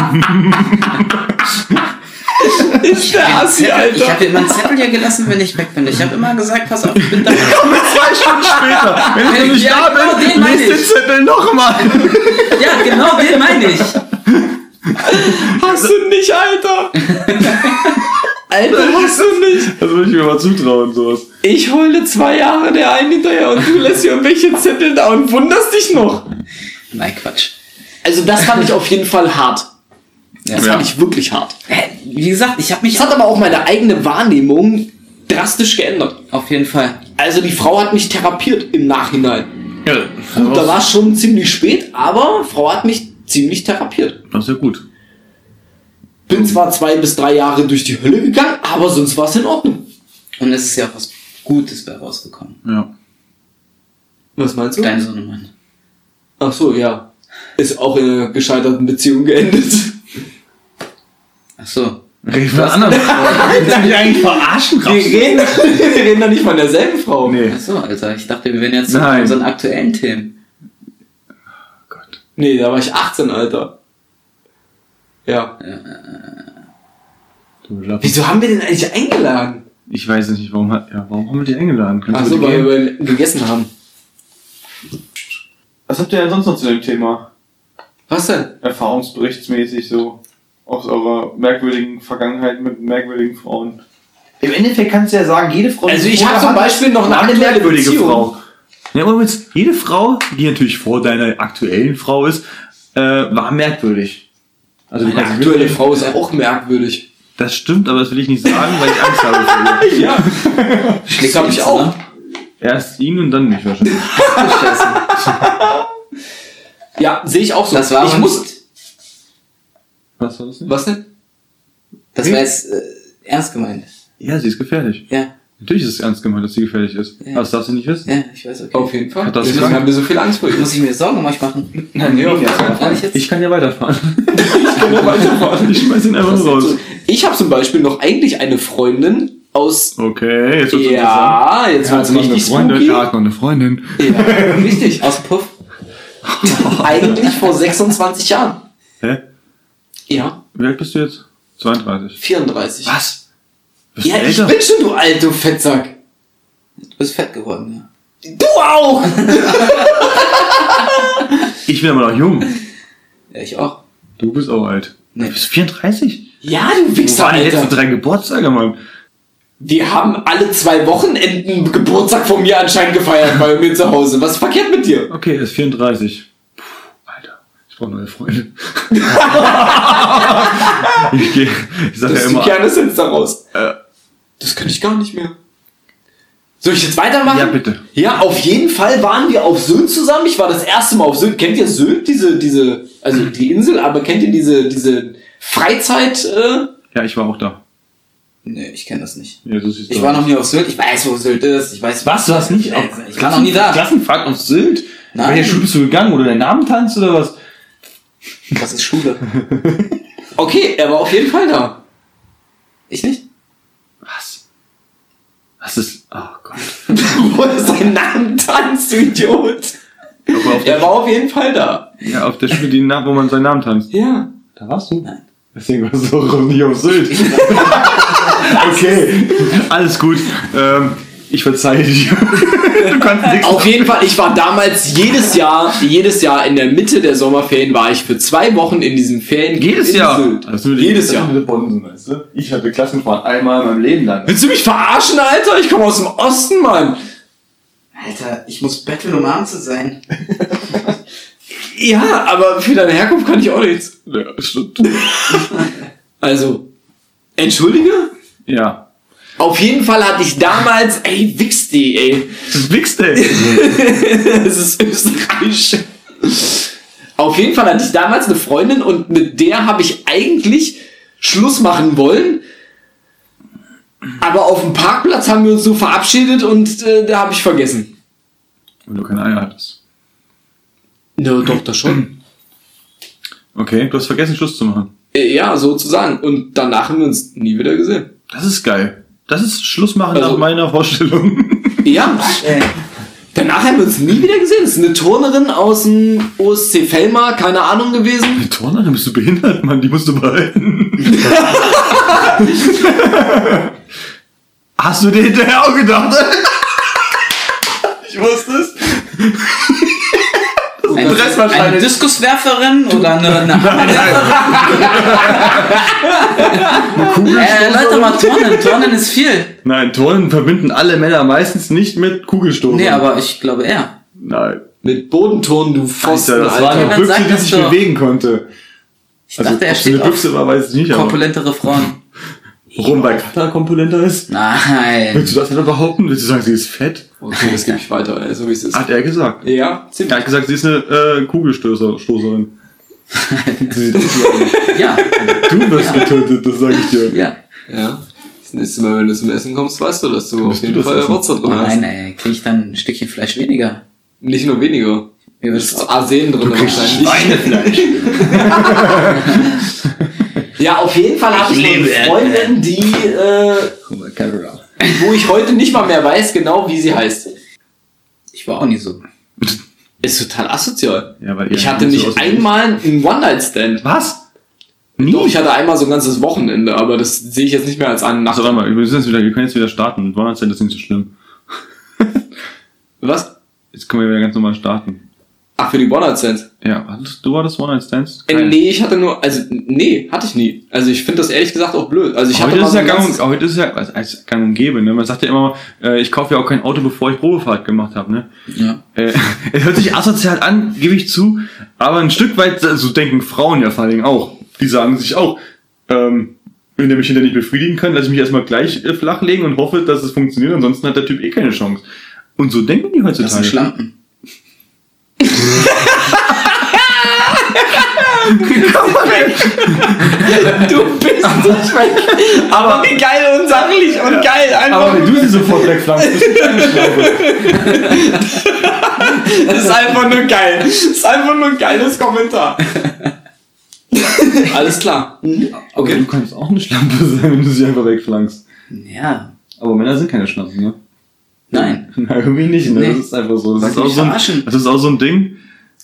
Speaker 5: Ist der Assi,
Speaker 4: ich habe immer einen Zettel hier gelassen, wenn ich weg bin. Ich habe immer gesagt, pass auf, ich bin da.
Speaker 2: Zwei Stunden später. Wenn ich noch nicht da
Speaker 4: Ja, genau
Speaker 2: bin,
Speaker 4: den meine
Speaker 2: lest den
Speaker 4: ich.
Speaker 2: Zettel nochmal.
Speaker 4: Ja, genau, den meine ich.
Speaker 5: Hast du nicht, Also- Alter! Alter, hast du nicht!
Speaker 2: Das würde ich mir mal zutrauen, sowas.
Speaker 5: Ich heule zwei Jahre der einen hinterher und du lässt irgendwelche Zettel da und wunderst dich noch.
Speaker 4: Nein, Quatsch.
Speaker 5: Also das fand ich auf jeden Fall hart. Das
Speaker 2: Ja.
Speaker 5: fand ich wirklich hart.
Speaker 4: Äh, Wie gesagt, ich habe mich
Speaker 5: Das hat aber auch meine eigene Wahrnehmung drastisch geändert.
Speaker 4: auf jeden Fall.
Speaker 5: Also die Frau hat mich therapiert im Nachhinein.
Speaker 2: Ja,
Speaker 5: Gut, da war es schon ziemlich spät, aber Frau hat mich ziemlich therapiert.
Speaker 2: das ist ja gut.
Speaker 5: Bin zwar zwei bis drei Jahre durch die Hölle gegangen, aber sonst war es in Ordnung.
Speaker 4: Und es ist ja auch was Gutes bei rausgekommen.
Speaker 2: Ja.
Speaker 5: Was meinst
Speaker 4: Dein Sohnemann.
Speaker 5: Ach so, ja. Ist auch in einer gescheiterten Beziehung geendet.
Speaker 4: Ach so.
Speaker 2: Ich will anders. Ich will mich eigentlich verarschen.
Speaker 5: Wir
Speaker 2: Raps.
Speaker 5: reden, wir reden doch nicht von derselben Frau.
Speaker 2: Nee.
Speaker 4: Ach so, Alter. Ich dachte, wir wären jetzt zu
Speaker 2: Nein.
Speaker 4: unseren aktuellen Themen.
Speaker 5: Nee, da war ich 18, Alter. Ja.
Speaker 2: Du Lappen.
Speaker 5: Wieso haben wir den eigentlich eingeladen?
Speaker 2: Ich weiß es nicht, warum, hat, ja, warum haben wir die eingeladen? Kannst
Speaker 5: Ach
Speaker 2: du
Speaker 5: so,
Speaker 2: bitte
Speaker 5: weil
Speaker 2: gehen?
Speaker 5: wir gegessen haben.
Speaker 6: Was habt ihr denn sonst noch zu dem Thema?
Speaker 5: Was denn?
Speaker 6: Erfahrungsberichtsmäßig so aus eurer merkwürdigen Vergangenheit mit merkwürdigen Frauen.
Speaker 7: Im Endeffekt kannst du ja sagen, jede Frau.
Speaker 5: Also ich habe zum Beispiel noch eine
Speaker 2: eine
Speaker 5: aktuelle
Speaker 2: merkwürdige
Speaker 5: Beziehung.
Speaker 2: Frau. Ja, übrigens, jede Frau, die natürlich vor deiner aktuellen Frau ist, äh, war merkwürdig. Also du
Speaker 5: Eine
Speaker 2: kannst-
Speaker 5: aktuelle Frau ist auch merkwürdig.
Speaker 2: Das stimmt, aber das will ich nicht sagen, weil ich Angst habe vor ihr.
Speaker 5: Das habe ich
Speaker 4: Jetzt,
Speaker 5: auch.
Speaker 4: ne?
Speaker 2: Erst ihn und dann mich wahrscheinlich.
Speaker 4: Scheiße.
Speaker 5: Ja, sehe ich auch so.
Speaker 4: Das war
Speaker 5: ich
Speaker 4: aber
Speaker 5: muss.
Speaker 4: nicht.
Speaker 2: Was war das denn?
Speaker 5: Was denn?
Speaker 4: Das war jetzt äh, ernst gemeint.
Speaker 2: Ja, sie ist gefährlich.
Speaker 4: Ja,
Speaker 2: Natürlich ist es ernst gemeint, dass sie gefährlich ist.
Speaker 4: Ja.
Speaker 2: Aber das darfst du nicht wissen.
Speaker 4: ja, ich weiß, okay.
Speaker 5: Auf jeden Fall.
Speaker 2: Hat das
Speaker 5: Deswegen
Speaker 2: gesagt?
Speaker 5: haben wir so viel Angst vor ihr.
Speaker 4: Muss ich mir Sorgen um euch machen?
Speaker 5: Nein, nee, auf
Speaker 4: Kann ich jetzt?
Speaker 2: Ich kann ja weiterfahren. ich schmeiß ihn einfach nur raus.
Speaker 5: Ich habe zum Beispiel noch eigentlich eine Freundin aus. Also
Speaker 2: Okay, jetzt wird's interessant.
Speaker 5: Ja, jetzt
Speaker 2: Er
Speaker 5: wird's
Speaker 2: hat noch eine
Speaker 5: richtig
Speaker 2: Freundin,
Speaker 5: spooky.
Speaker 2: er hat noch eine Freundin.
Speaker 5: Ja, richtig.
Speaker 4: Aus dem Puff?
Speaker 5: Eigentlich vor 26 Jahren.
Speaker 2: Hä?
Speaker 5: Ja,
Speaker 2: Wie alt bist du jetzt? 32.
Speaker 5: 34.
Speaker 2: Was? Bist
Speaker 5: Ja,
Speaker 2: du
Speaker 5: ich
Speaker 2: älter?
Speaker 5: bin schon, du alte Fettsack.
Speaker 4: Du bist fett geworden, ja.
Speaker 5: Du auch!
Speaker 2: Ich bin aber noch jung.
Speaker 4: Ja, ich auch.
Speaker 2: Du bist auch alt.
Speaker 4: Nee.
Speaker 2: Du bist 34?
Speaker 5: Ja, du
Speaker 2: Das
Speaker 5: Wichser,
Speaker 2: waren die letzten
Speaker 5: Alter.
Speaker 2: drei Geburtstage, Mann.
Speaker 5: Die haben alle zwei Wochenenden Geburtstag von mir anscheinend gefeiert bei mir zu Hause. Was ist verkehrt mit dir?
Speaker 2: Okay, er ist 34. Puh, Alter. Ich brauche neue Freunde. ich geh, ich sag
Speaker 5: Das
Speaker 2: ja
Speaker 5: ist die
Speaker 2: immer.
Speaker 5: Kernessenz daraus.
Speaker 2: Äh.
Speaker 5: Das kann ich gar nicht mehr. Soll ich jetzt weitermachen?
Speaker 2: Ja, bitte.
Speaker 5: Ja, auf jeden Fall waren wir auf Sylt zusammen. Ich war das erste Mal auf Sylt. Kennt ihr Sylt, diese, diese, also die Insel, aber kennt ihr diese, diese Freizeit? Äh?
Speaker 2: Ja, ich war auch da.
Speaker 4: Nee, ich kenne das nicht.
Speaker 2: Ja, du siehst
Speaker 4: Ich
Speaker 2: doch
Speaker 4: war
Speaker 2: aus.
Speaker 4: noch nie auf Sylt. Ich weiß, wo Sylt ist. Ich weiß,
Speaker 2: Was? Du hast nicht auf
Speaker 4: Ich war noch nie da.
Speaker 2: Klassenfahrt auf Sylt?
Speaker 4: Nein.
Speaker 2: Welche Schule bist du gegangen? Oder deinen Namen tanzt oder was?
Speaker 4: Das ist Schule.
Speaker 5: Okay, er war auf jeden Fall da.
Speaker 4: Ich nicht?
Speaker 2: Was? Was ist. Oh Gott.
Speaker 5: Wo ist sein Namen tanzt, du Idiot?
Speaker 2: Aber auf
Speaker 5: Er
Speaker 2: der,
Speaker 5: war auf jeden Fall da.
Speaker 2: ja, auf der Schule, die, Na- wo man seinen Namen tanzt.
Speaker 5: Ja.
Speaker 2: Da warst du?
Speaker 4: Nein.
Speaker 2: Deswegen warst du auch nicht auf Sylt. okay. Alles gut. Ähm, ich verzeihe dir. du kannst nichts.
Speaker 5: Auf jeden Fall, ich war damals jedes Jahr, jedes Jahr in der Mitte der Sommerferien war ich für zwei Wochen in diesem Ferien.
Speaker 2: Jedes
Speaker 5: in
Speaker 2: Jahr.
Speaker 5: Sylt.
Speaker 2: Das sind wir-
Speaker 5: Jedes
Speaker 6: Das sind
Speaker 5: Jahr.
Speaker 6: diese Bonsen, weißt du? Ich hatte Klassenfahrt einmal in meinem Leben lang.
Speaker 5: Willst du mich verarschen, Alter? Ich komme aus dem Osten, Mann.
Speaker 4: Alter, ich muss betteln, um arm zu sein.
Speaker 5: Ja, aber für deine Herkunft kann ich auch nichts.
Speaker 2: Ja, stimmt.
Speaker 5: Also, entschuldige?
Speaker 2: Ja.
Speaker 5: Auf jeden Fall hatte ich damals, ey, wichs die, ey.
Speaker 2: Das wichst, ey.
Speaker 5: Es ist Österreich. Auf jeden Fall hatte ich damals eine Freundin und mit der habe ich eigentlich Schluss machen wollen. Aber auf dem Parkplatz haben wir uns so verabschiedet und äh, da habe ich vergessen.
Speaker 2: Wenn du keine Eier hattest.
Speaker 5: Ja, doch, das schon.
Speaker 2: Okay, du hast vergessen, Schluss zu machen.
Speaker 5: Äh, ja, sozusagen. Und danach haben wir uns nie wieder gesehen.
Speaker 2: Das ist geil. Das ist Schlussmachen
Speaker 5: Also-
Speaker 2: nach meiner Vorstellung.
Speaker 5: Ja, danach haben wir uns nie wieder gesehen. Das ist eine Turnerin aus dem OSC Fellmar, keine Ahnung gewesen.
Speaker 2: Die Turnerin, bist du behindert, Mann? Die musst du behalten. Hast du dir hinterher auch gedacht? ich wusste es.
Speaker 4: Eine,
Speaker 2: Rest
Speaker 4: eine
Speaker 2: wahrscheinlich.
Speaker 4: Diskuswerferin oder eine, eine Hammerwerferin? äh, Leute, mal Turnen. Turnen ist viel.
Speaker 2: Nein, Turnen verbinden alle Männer meistens nicht mit Kugelstoßen.
Speaker 4: Nee, aber ich glaube er.
Speaker 2: Nein.
Speaker 5: Mit Bodenturnen, du Pfosten,
Speaker 2: Alter, das war
Speaker 5: Alter.
Speaker 2: eine
Speaker 4: Dann
Speaker 2: Büchse,
Speaker 4: sag
Speaker 2: die
Speaker 4: das
Speaker 2: sich
Speaker 4: doch.
Speaker 2: bewegen konnte. Also,
Speaker 4: Ich dachte, er
Speaker 2: ob sie eine
Speaker 4: steht auf
Speaker 2: Büchse war, weiß ich nicht, aber
Speaker 4: korpulentere Frauen.
Speaker 2: warum bei Kata kompulenter ist?
Speaker 4: Nein.
Speaker 2: Willst du das denn behaupten? Willst du sagen, sie ist fett?
Speaker 5: Okay, das gebe ich weiter, ey, so wie es ist.
Speaker 2: Hat er gesagt.
Speaker 5: Ja,
Speaker 2: Er hat gesagt, sie ist eine äh, Kugelstößerin.
Speaker 4: ja,
Speaker 8: Du wirst getötet, das sage ich dir.
Speaker 4: ja.
Speaker 9: Ja. Das nächste Mal, wenn du zum Essen kommst, weißt du, dass du auf jeden Fall Rotzer drin hast.
Speaker 4: Nein, ey, kriege ich dann ein Stückchen Fleisch weniger.
Speaker 9: Nicht nur weniger.
Speaker 4: Mir
Speaker 9: Da
Speaker 4: wird's-
Speaker 9: ist Arsen drin wahrscheinlich.
Speaker 2: Schweinefleisch.
Speaker 5: Ja, auf jeden Fall habe ich,
Speaker 4: Ich
Speaker 5: eine
Speaker 4: liebe
Speaker 5: Freundin, die, äh, wo ich heute nicht mal mehr weiß genau, wie sie heißt.
Speaker 4: Ich war auch nie so.
Speaker 5: Ist total asozial.
Speaker 2: Ja, weil ihr
Speaker 5: ich hatte
Speaker 2: so
Speaker 5: nicht
Speaker 2: aussieht.
Speaker 5: einmal einen One-Night-Stand.
Speaker 2: Was? Nie?
Speaker 5: Doch, ich hatte einmal so ein ganzes Wochenende, aber das sehe ich jetzt nicht mehr als einen Nacht.
Speaker 2: Achso, warte mal, wir, sind jetzt wieder, wir können jetzt wieder starten. Mit One-Night-Stand ist nicht so schlimm.
Speaker 5: Was?
Speaker 2: Jetzt können wir wieder ganz normal starten.
Speaker 5: Ach, für die One-Night-Stands.
Speaker 2: Ja, hattest- du hattest One-Night-Stands?
Speaker 5: Äh, nee, ich hatte nur, also, nee, hatte ich nie. Also, ich finde das ehrlich gesagt auch blöd. Also, ich hatte
Speaker 2: heute, ist
Speaker 5: so
Speaker 2: ja
Speaker 5: ein
Speaker 2: gang
Speaker 5: ganzes-
Speaker 2: und, heute ist ja als, als gang und gäbe, ne? Man sagt ja immer, äh, ich kaufe ja auch kein Auto, bevor ich Probefahrt gemacht habe, ne?
Speaker 4: Ja.
Speaker 2: Äh, es hört sich asozial an, gebe ich zu, aber ein Stück weit, so denken Frauen ja vor allen Dingen auch. Die sagen sich auch, ähm, wenn der mich hinter nicht befriedigen kann, lasse ich mich erstmal gleich äh, flachlegen und hoffe, dass es funktioniert, ansonsten hat der Typ eh keine Chance. Und so denken die
Speaker 4: Das sind
Speaker 2: heutzutage.
Speaker 4: Schlampen.
Speaker 9: Du bist nicht weg. Aber wie geil und sachlich und geil.
Speaker 2: Aber
Speaker 9: Einfach,
Speaker 2: wenn du sie sofort wegflammst, bist du keine Schlampe.
Speaker 9: das ist einfach nur geil. Das ist einfach nur ein geiles Kommentar.
Speaker 5: Alles klar.
Speaker 2: Aber du kannst auch eine Schlampe sein, wenn du sie einfach wegflankst.
Speaker 4: Ja.
Speaker 2: Aber Männer sind keine Schlampen, ne?
Speaker 4: Nein.
Speaker 2: Na, irgendwie nicht, ne?
Speaker 4: Nee.
Speaker 2: Das ist einfach so. Das
Speaker 4: Lass
Speaker 2: ist, auch
Speaker 4: mich
Speaker 2: so ein,
Speaker 4: verarschen.
Speaker 2: das ist auch so ein Ding.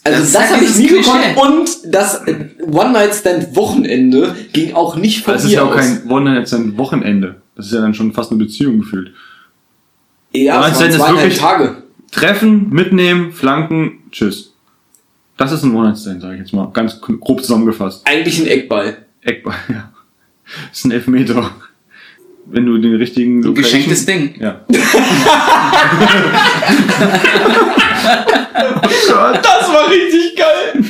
Speaker 5: Also,
Speaker 4: Das
Speaker 5: das,
Speaker 4: ist halt
Speaker 5: habe ich
Speaker 4: dieses
Speaker 5: nie gekonnt.
Speaker 4: Klischee.
Speaker 5: Und das äh, One-Night-Stand-Wochenende ging auch nicht von
Speaker 2: Das
Speaker 5: mir
Speaker 2: ist ja auch
Speaker 5: aus.
Speaker 2: kein One-Night-Stand-Wochenende. Das ist ja dann schon fast eine Beziehung gefühlt.
Speaker 5: ja, es waren
Speaker 2: One-Night-Stand ist
Speaker 5: zweieinhalb
Speaker 2: wirklich-
Speaker 5: Tage.
Speaker 2: Treffen, mitnehmen, flanken, tschüss. Das ist ein One-Night-Stand, sage ich jetzt mal. Ganz grob zusammengefasst.
Speaker 5: Eigentlich ein Eckball.
Speaker 2: Eckball, ja. Das ist ein Elfmeter. Wenn du den richtigen... Location-
Speaker 4: geschenktes Ding.
Speaker 2: Ja. Oh
Speaker 9: Das war richtig geil.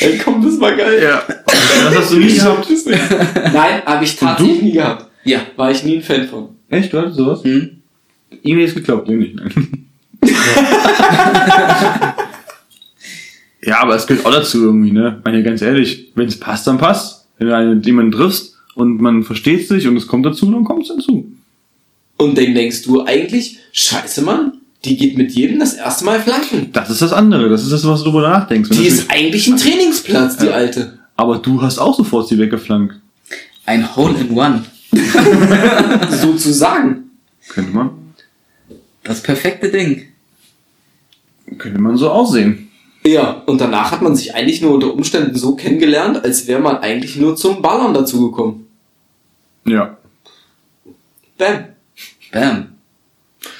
Speaker 9: Ey, komm, das war geil.
Speaker 2: ja. Das hast du nie gehabt.
Speaker 5: Nein, habe ich tatsächlich nie gehabt.
Speaker 4: Ja.
Speaker 5: War ich nie ein Fan von.
Speaker 2: Echt, du hattest sowas?
Speaker 4: Hm.
Speaker 2: E-Mail ist geglaubt, dem nicht. Nein. ja, aber es gehört auch dazu irgendwie, ne? Ich meine, ganz ehrlich, wenn es passt, dann passt. Wenn du einen, jemanden triffst und man versteht sich und es kommt dazu, dann kommt es dazu.
Speaker 5: Und dann denkst du eigentlich, scheiße Mann, die geht mit jedem das erste Mal flanken.
Speaker 2: Das ist das andere. Das ist das, was du darüber nachdenkst. Wenn
Speaker 5: Die
Speaker 2: das
Speaker 5: ist eigentlich ein Trainingsplatz, die alte.
Speaker 2: nicht- aber du hast auch sofort sie weggeflankt.
Speaker 4: Ein Hole in One.
Speaker 5: Sozusagen.
Speaker 2: Könnte man,
Speaker 4: Das perfekte Ding.
Speaker 2: könnte man so aussehen.
Speaker 5: Ja, und danach hat man sich eigentlich nur unter Umständen so kennengelernt, als wäre man eigentlich nur zum Ballern dazugekommen.
Speaker 2: Ja.
Speaker 5: Bam.
Speaker 4: Bam.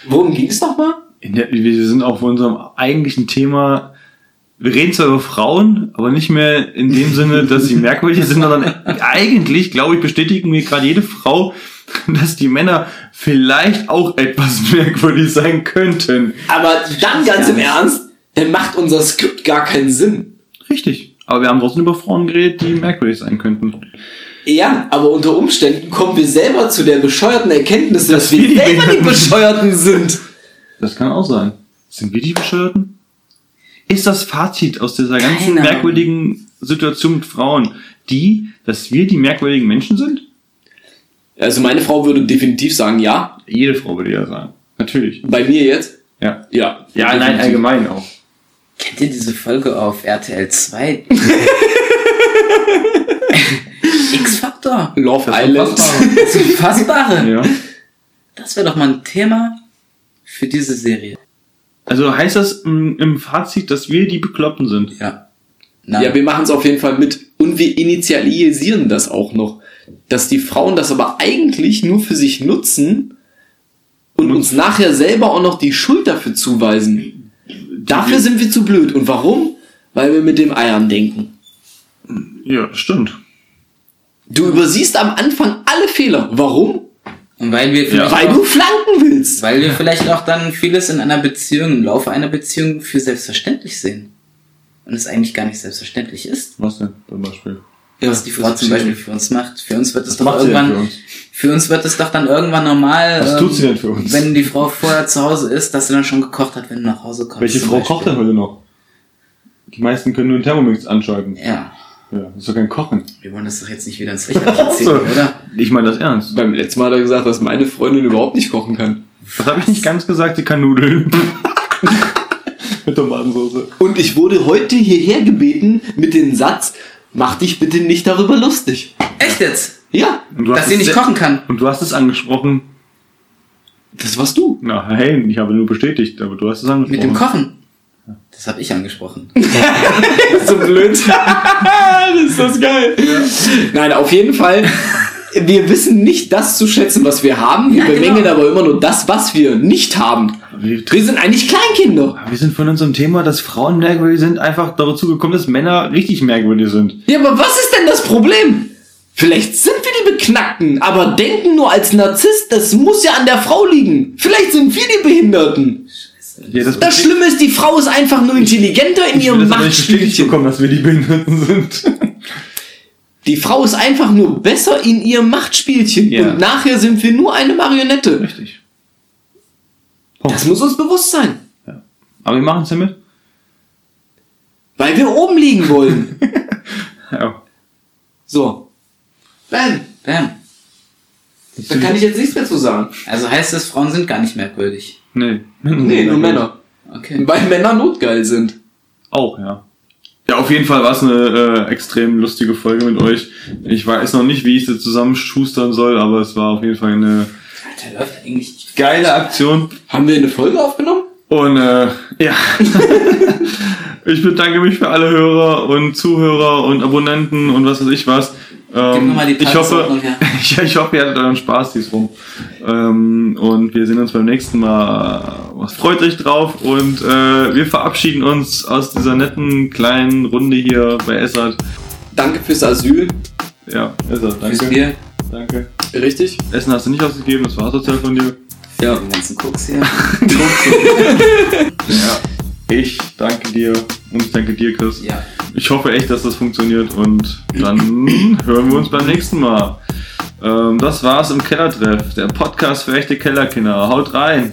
Speaker 5: Worum ging es nochmal?
Speaker 2: In der, wir sind auch von unserem eigentlichen Thema. Wir reden zwar über Frauen, aber nicht mehr in dem Sinne, dass sie merkwürdig sind, sondern eigentlich, glaube ich, bestätigen mir gerade jede Frau, dass die Männer vielleicht auch etwas merkwürdig sein könnten.
Speaker 5: Aber dann ganz im Ernst, dann macht unser Skript gar keinen Sinn.
Speaker 2: Richtig. Aber wir haben trotzdem über Frauen geredet, die merkwürdig sein könnten.
Speaker 5: Ja, aber unter Umständen kommen wir selber zu der bescheuerten Erkenntnis, dass wir
Speaker 2: wir die
Speaker 5: selber die
Speaker 2: Behinderten
Speaker 5: Bescheuerten sind.
Speaker 2: Das kann auch sein. Sind wir die Bescheuerten? Ist das Fazit aus dieser ganzen
Speaker 4: Keine Ahnung.
Speaker 2: merkwürdigen Situation mit Frauen die, dass wir die merkwürdigen Menschen sind?
Speaker 5: Also meine Frau würde definitiv sagen, ja.
Speaker 2: Jede Frau würde ja sagen. Natürlich.
Speaker 5: Bei mir jetzt,
Speaker 2: Ja.
Speaker 5: ja.
Speaker 2: Ja, nein, allgemein auch.
Speaker 4: Kennt ihr diese Folge auf RTL 2? X-Faktor.
Speaker 5: Love Island.
Speaker 4: Das Unfassbare.
Speaker 2: Ja.
Speaker 4: Das wäre doch mal ein Thema für diese Serie.
Speaker 2: Also heißt das im, im Fazit, dass wir die Bekloppten sind?
Speaker 4: Ja. Nein.
Speaker 5: Ja, wir machen es auf jeden Fall mit. Und wir initialisieren das auch noch. Dass die Frauen das aber eigentlich nur für sich nutzen und uns nachher selber auch noch die Schuld dafür zuweisen. Dafür sind wir zu blöd. Und warum? Weil wir mit dem Eiern denken.
Speaker 2: Ja, stimmt.
Speaker 5: Du übersiehst am Anfang alle Fehler. Warum?
Speaker 4: Und weil wir vielleicht
Speaker 5: Weil
Speaker 4: auch,
Speaker 5: du flanken willst.
Speaker 4: weil wir vielleicht auch dann vieles in einer Beziehung, im Laufe einer Beziehung für selbstverständlich sehen. Und es eigentlich gar nicht selbstverständlich ist.
Speaker 2: Was denn zum Beispiel?
Speaker 5: Ja,
Speaker 4: Was die Frau zum Beispiel für uns macht. Für uns wird es doch
Speaker 2: macht sie denn
Speaker 4: irgendwann, für
Speaker 2: für
Speaker 4: uns?
Speaker 2: uns?
Speaker 4: wird es doch dann irgendwann normal. ähm,
Speaker 2: Was tut sie denn für uns?
Speaker 4: Wenn die Frau vorher zu Hause ist, dass sie dann schon gekocht hat, wenn du nach Hause kommst.
Speaker 2: Welche
Speaker 4: zum
Speaker 2: Frau
Speaker 4: Beispiel.
Speaker 2: kocht denn heute noch?
Speaker 10: Die meisten können nur den Thermomix anschalten.
Speaker 4: Ja.
Speaker 10: Ja, das ist doch kein Kochen.
Speaker 4: Wir wollen das doch jetzt nicht wieder ins Richterchen ziehen, oder?
Speaker 2: Ich meine das ernst.
Speaker 5: Beim letzten Mal hat er gesagt, dass meine Freundin überhaupt nicht kochen kann.
Speaker 2: Das habe ich nicht ganz gesagt, sie kann Nudeln.
Speaker 10: Mit Tomatensauce.
Speaker 5: Und ich wurde heute hierher gebeten mit dem Satz, mach dich bitte nicht darüber lustig.
Speaker 4: Echt jetzt?
Speaker 5: Ja,
Speaker 2: Und du hast
Speaker 4: Dass sie
Speaker 2: es
Speaker 4: nicht
Speaker 2: se-
Speaker 4: kochen kann.
Speaker 2: Und du hast es angesprochen.
Speaker 5: das warst du.
Speaker 2: Na, hey, ich habe nur bestätigt, aber du hast es angesprochen.
Speaker 4: Mit dem Kochen. Das habe ich angesprochen.
Speaker 5: so blöd. das ist das geil. Nein, auf jeden Fall. Wir wissen nicht das zu schätzen, was wir haben. Wir
Speaker 4: Ja, genau.
Speaker 5: bemängeln aber immer nur das, was wir nicht haben.
Speaker 2: Wir,
Speaker 5: Wir sind eigentlich Kleinkinder.
Speaker 2: wir sind von unserem Thema, dass Frauen merkwürdig sind, einfach dazu gekommen, dass Männer richtig merkwürdig sind.
Speaker 5: Ja, aber was ist denn das Problem? Vielleicht sind wir die Beknackten, aber denken nur als Narzisst, das muss ja an der Frau liegen. Vielleicht sind wir die Behinderten.
Speaker 2: Ja, das
Speaker 5: Das Schlimme ist, die Frau ist einfach nur intelligenter in
Speaker 2: ich will
Speaker 5: ihrem
Speaker 2: das aber nicht bestätigt
Speaker 5: Machtspielchen.
Speaker 2: bekommen, dass wir die Behinderten sind.
Speaker 5: Die Frau ist einfach nur besser in ihrem Machtspielchen.
Speaker 2: Ja.
Speaker 5: Und nachher sind wir nur eine Marionette.
Speaker 2: Richtig. Punkt.
Speaker 5: Das muss uns bewusst sein.
Speaker 2: Aber wir machen es ja mit.
Speaker 5: Weil wir oben liegen wollen.
Speaker 2: Ja.
Speaker 5: So. Bam.
Speaker 4: Bam.
Speaker 5: Da kann ich jetzt nichts mehr zu sagen.
Speaker 4: Also heißt es, Frauen sind gar nicht merkwürdig.
Speaker 2: Nee.
Speaker 5: Nee, nur Männer.
Speaker 4: Okay.
Speaker 5: Weil Männer notgeil sind.
Speaker 2: Auch, ja. Ja, auf jeden Fall war es eine äh, extrem lustige Folge mit euch. Ich weiß noch nicht, wie ich sie zusammenschustern soll, aber es war auf jeden Fall eine
Speaker 4: Alter, läuft eigentlich.
Speaker 2: geile Aktion.
Speaker 5: Haben wir eine Folge aufgenommen?
Speaker 2: Und äh, ja, ich bedanke mich für alle Hörer und Zuhörer und Abonnenten und was weiß ich was.
Speaker 4: Gib mir
Speaker 2: Ähm,
Speaker 4: mal die
Speaker 2: ich hoffe,
Speaker 4: Tagesordnung her.
Speaker 2: ich, ich hoffe, ihr hattet euren Spaß dies rum. Ähm, und wir sehen uns beim nächsten Mal. Was freut euch drauf? Und äh, wir verabschieden uns aus dieser netten kleinen Runde hier bei Essert.
Speaker 5: Danke fürs Asyl.
Speaker 2: Ja, Essert,
Speaker 4: Fürs
Speaker 2: danke.
Speaker 4: Bier.
Speaker 2: Danke.
Speaker 5: Richtig?
Speaker 2: Essen hast du nicht ausgegeben, das war's total von dir.
Speaker 4: Ja. Den ganzen Koks hier.
Speaker 2: Ja. Ich danke dir und ich danke dir, Chris.
Speaker 4: ja.
Speaker 2: Ich hoffe echt, dass das funktioniert und dann hören wir uns beim nächsten Mal. Ähm, das war's im Kellertreff, der Podcast für echte Kellerkinder. Haut rein!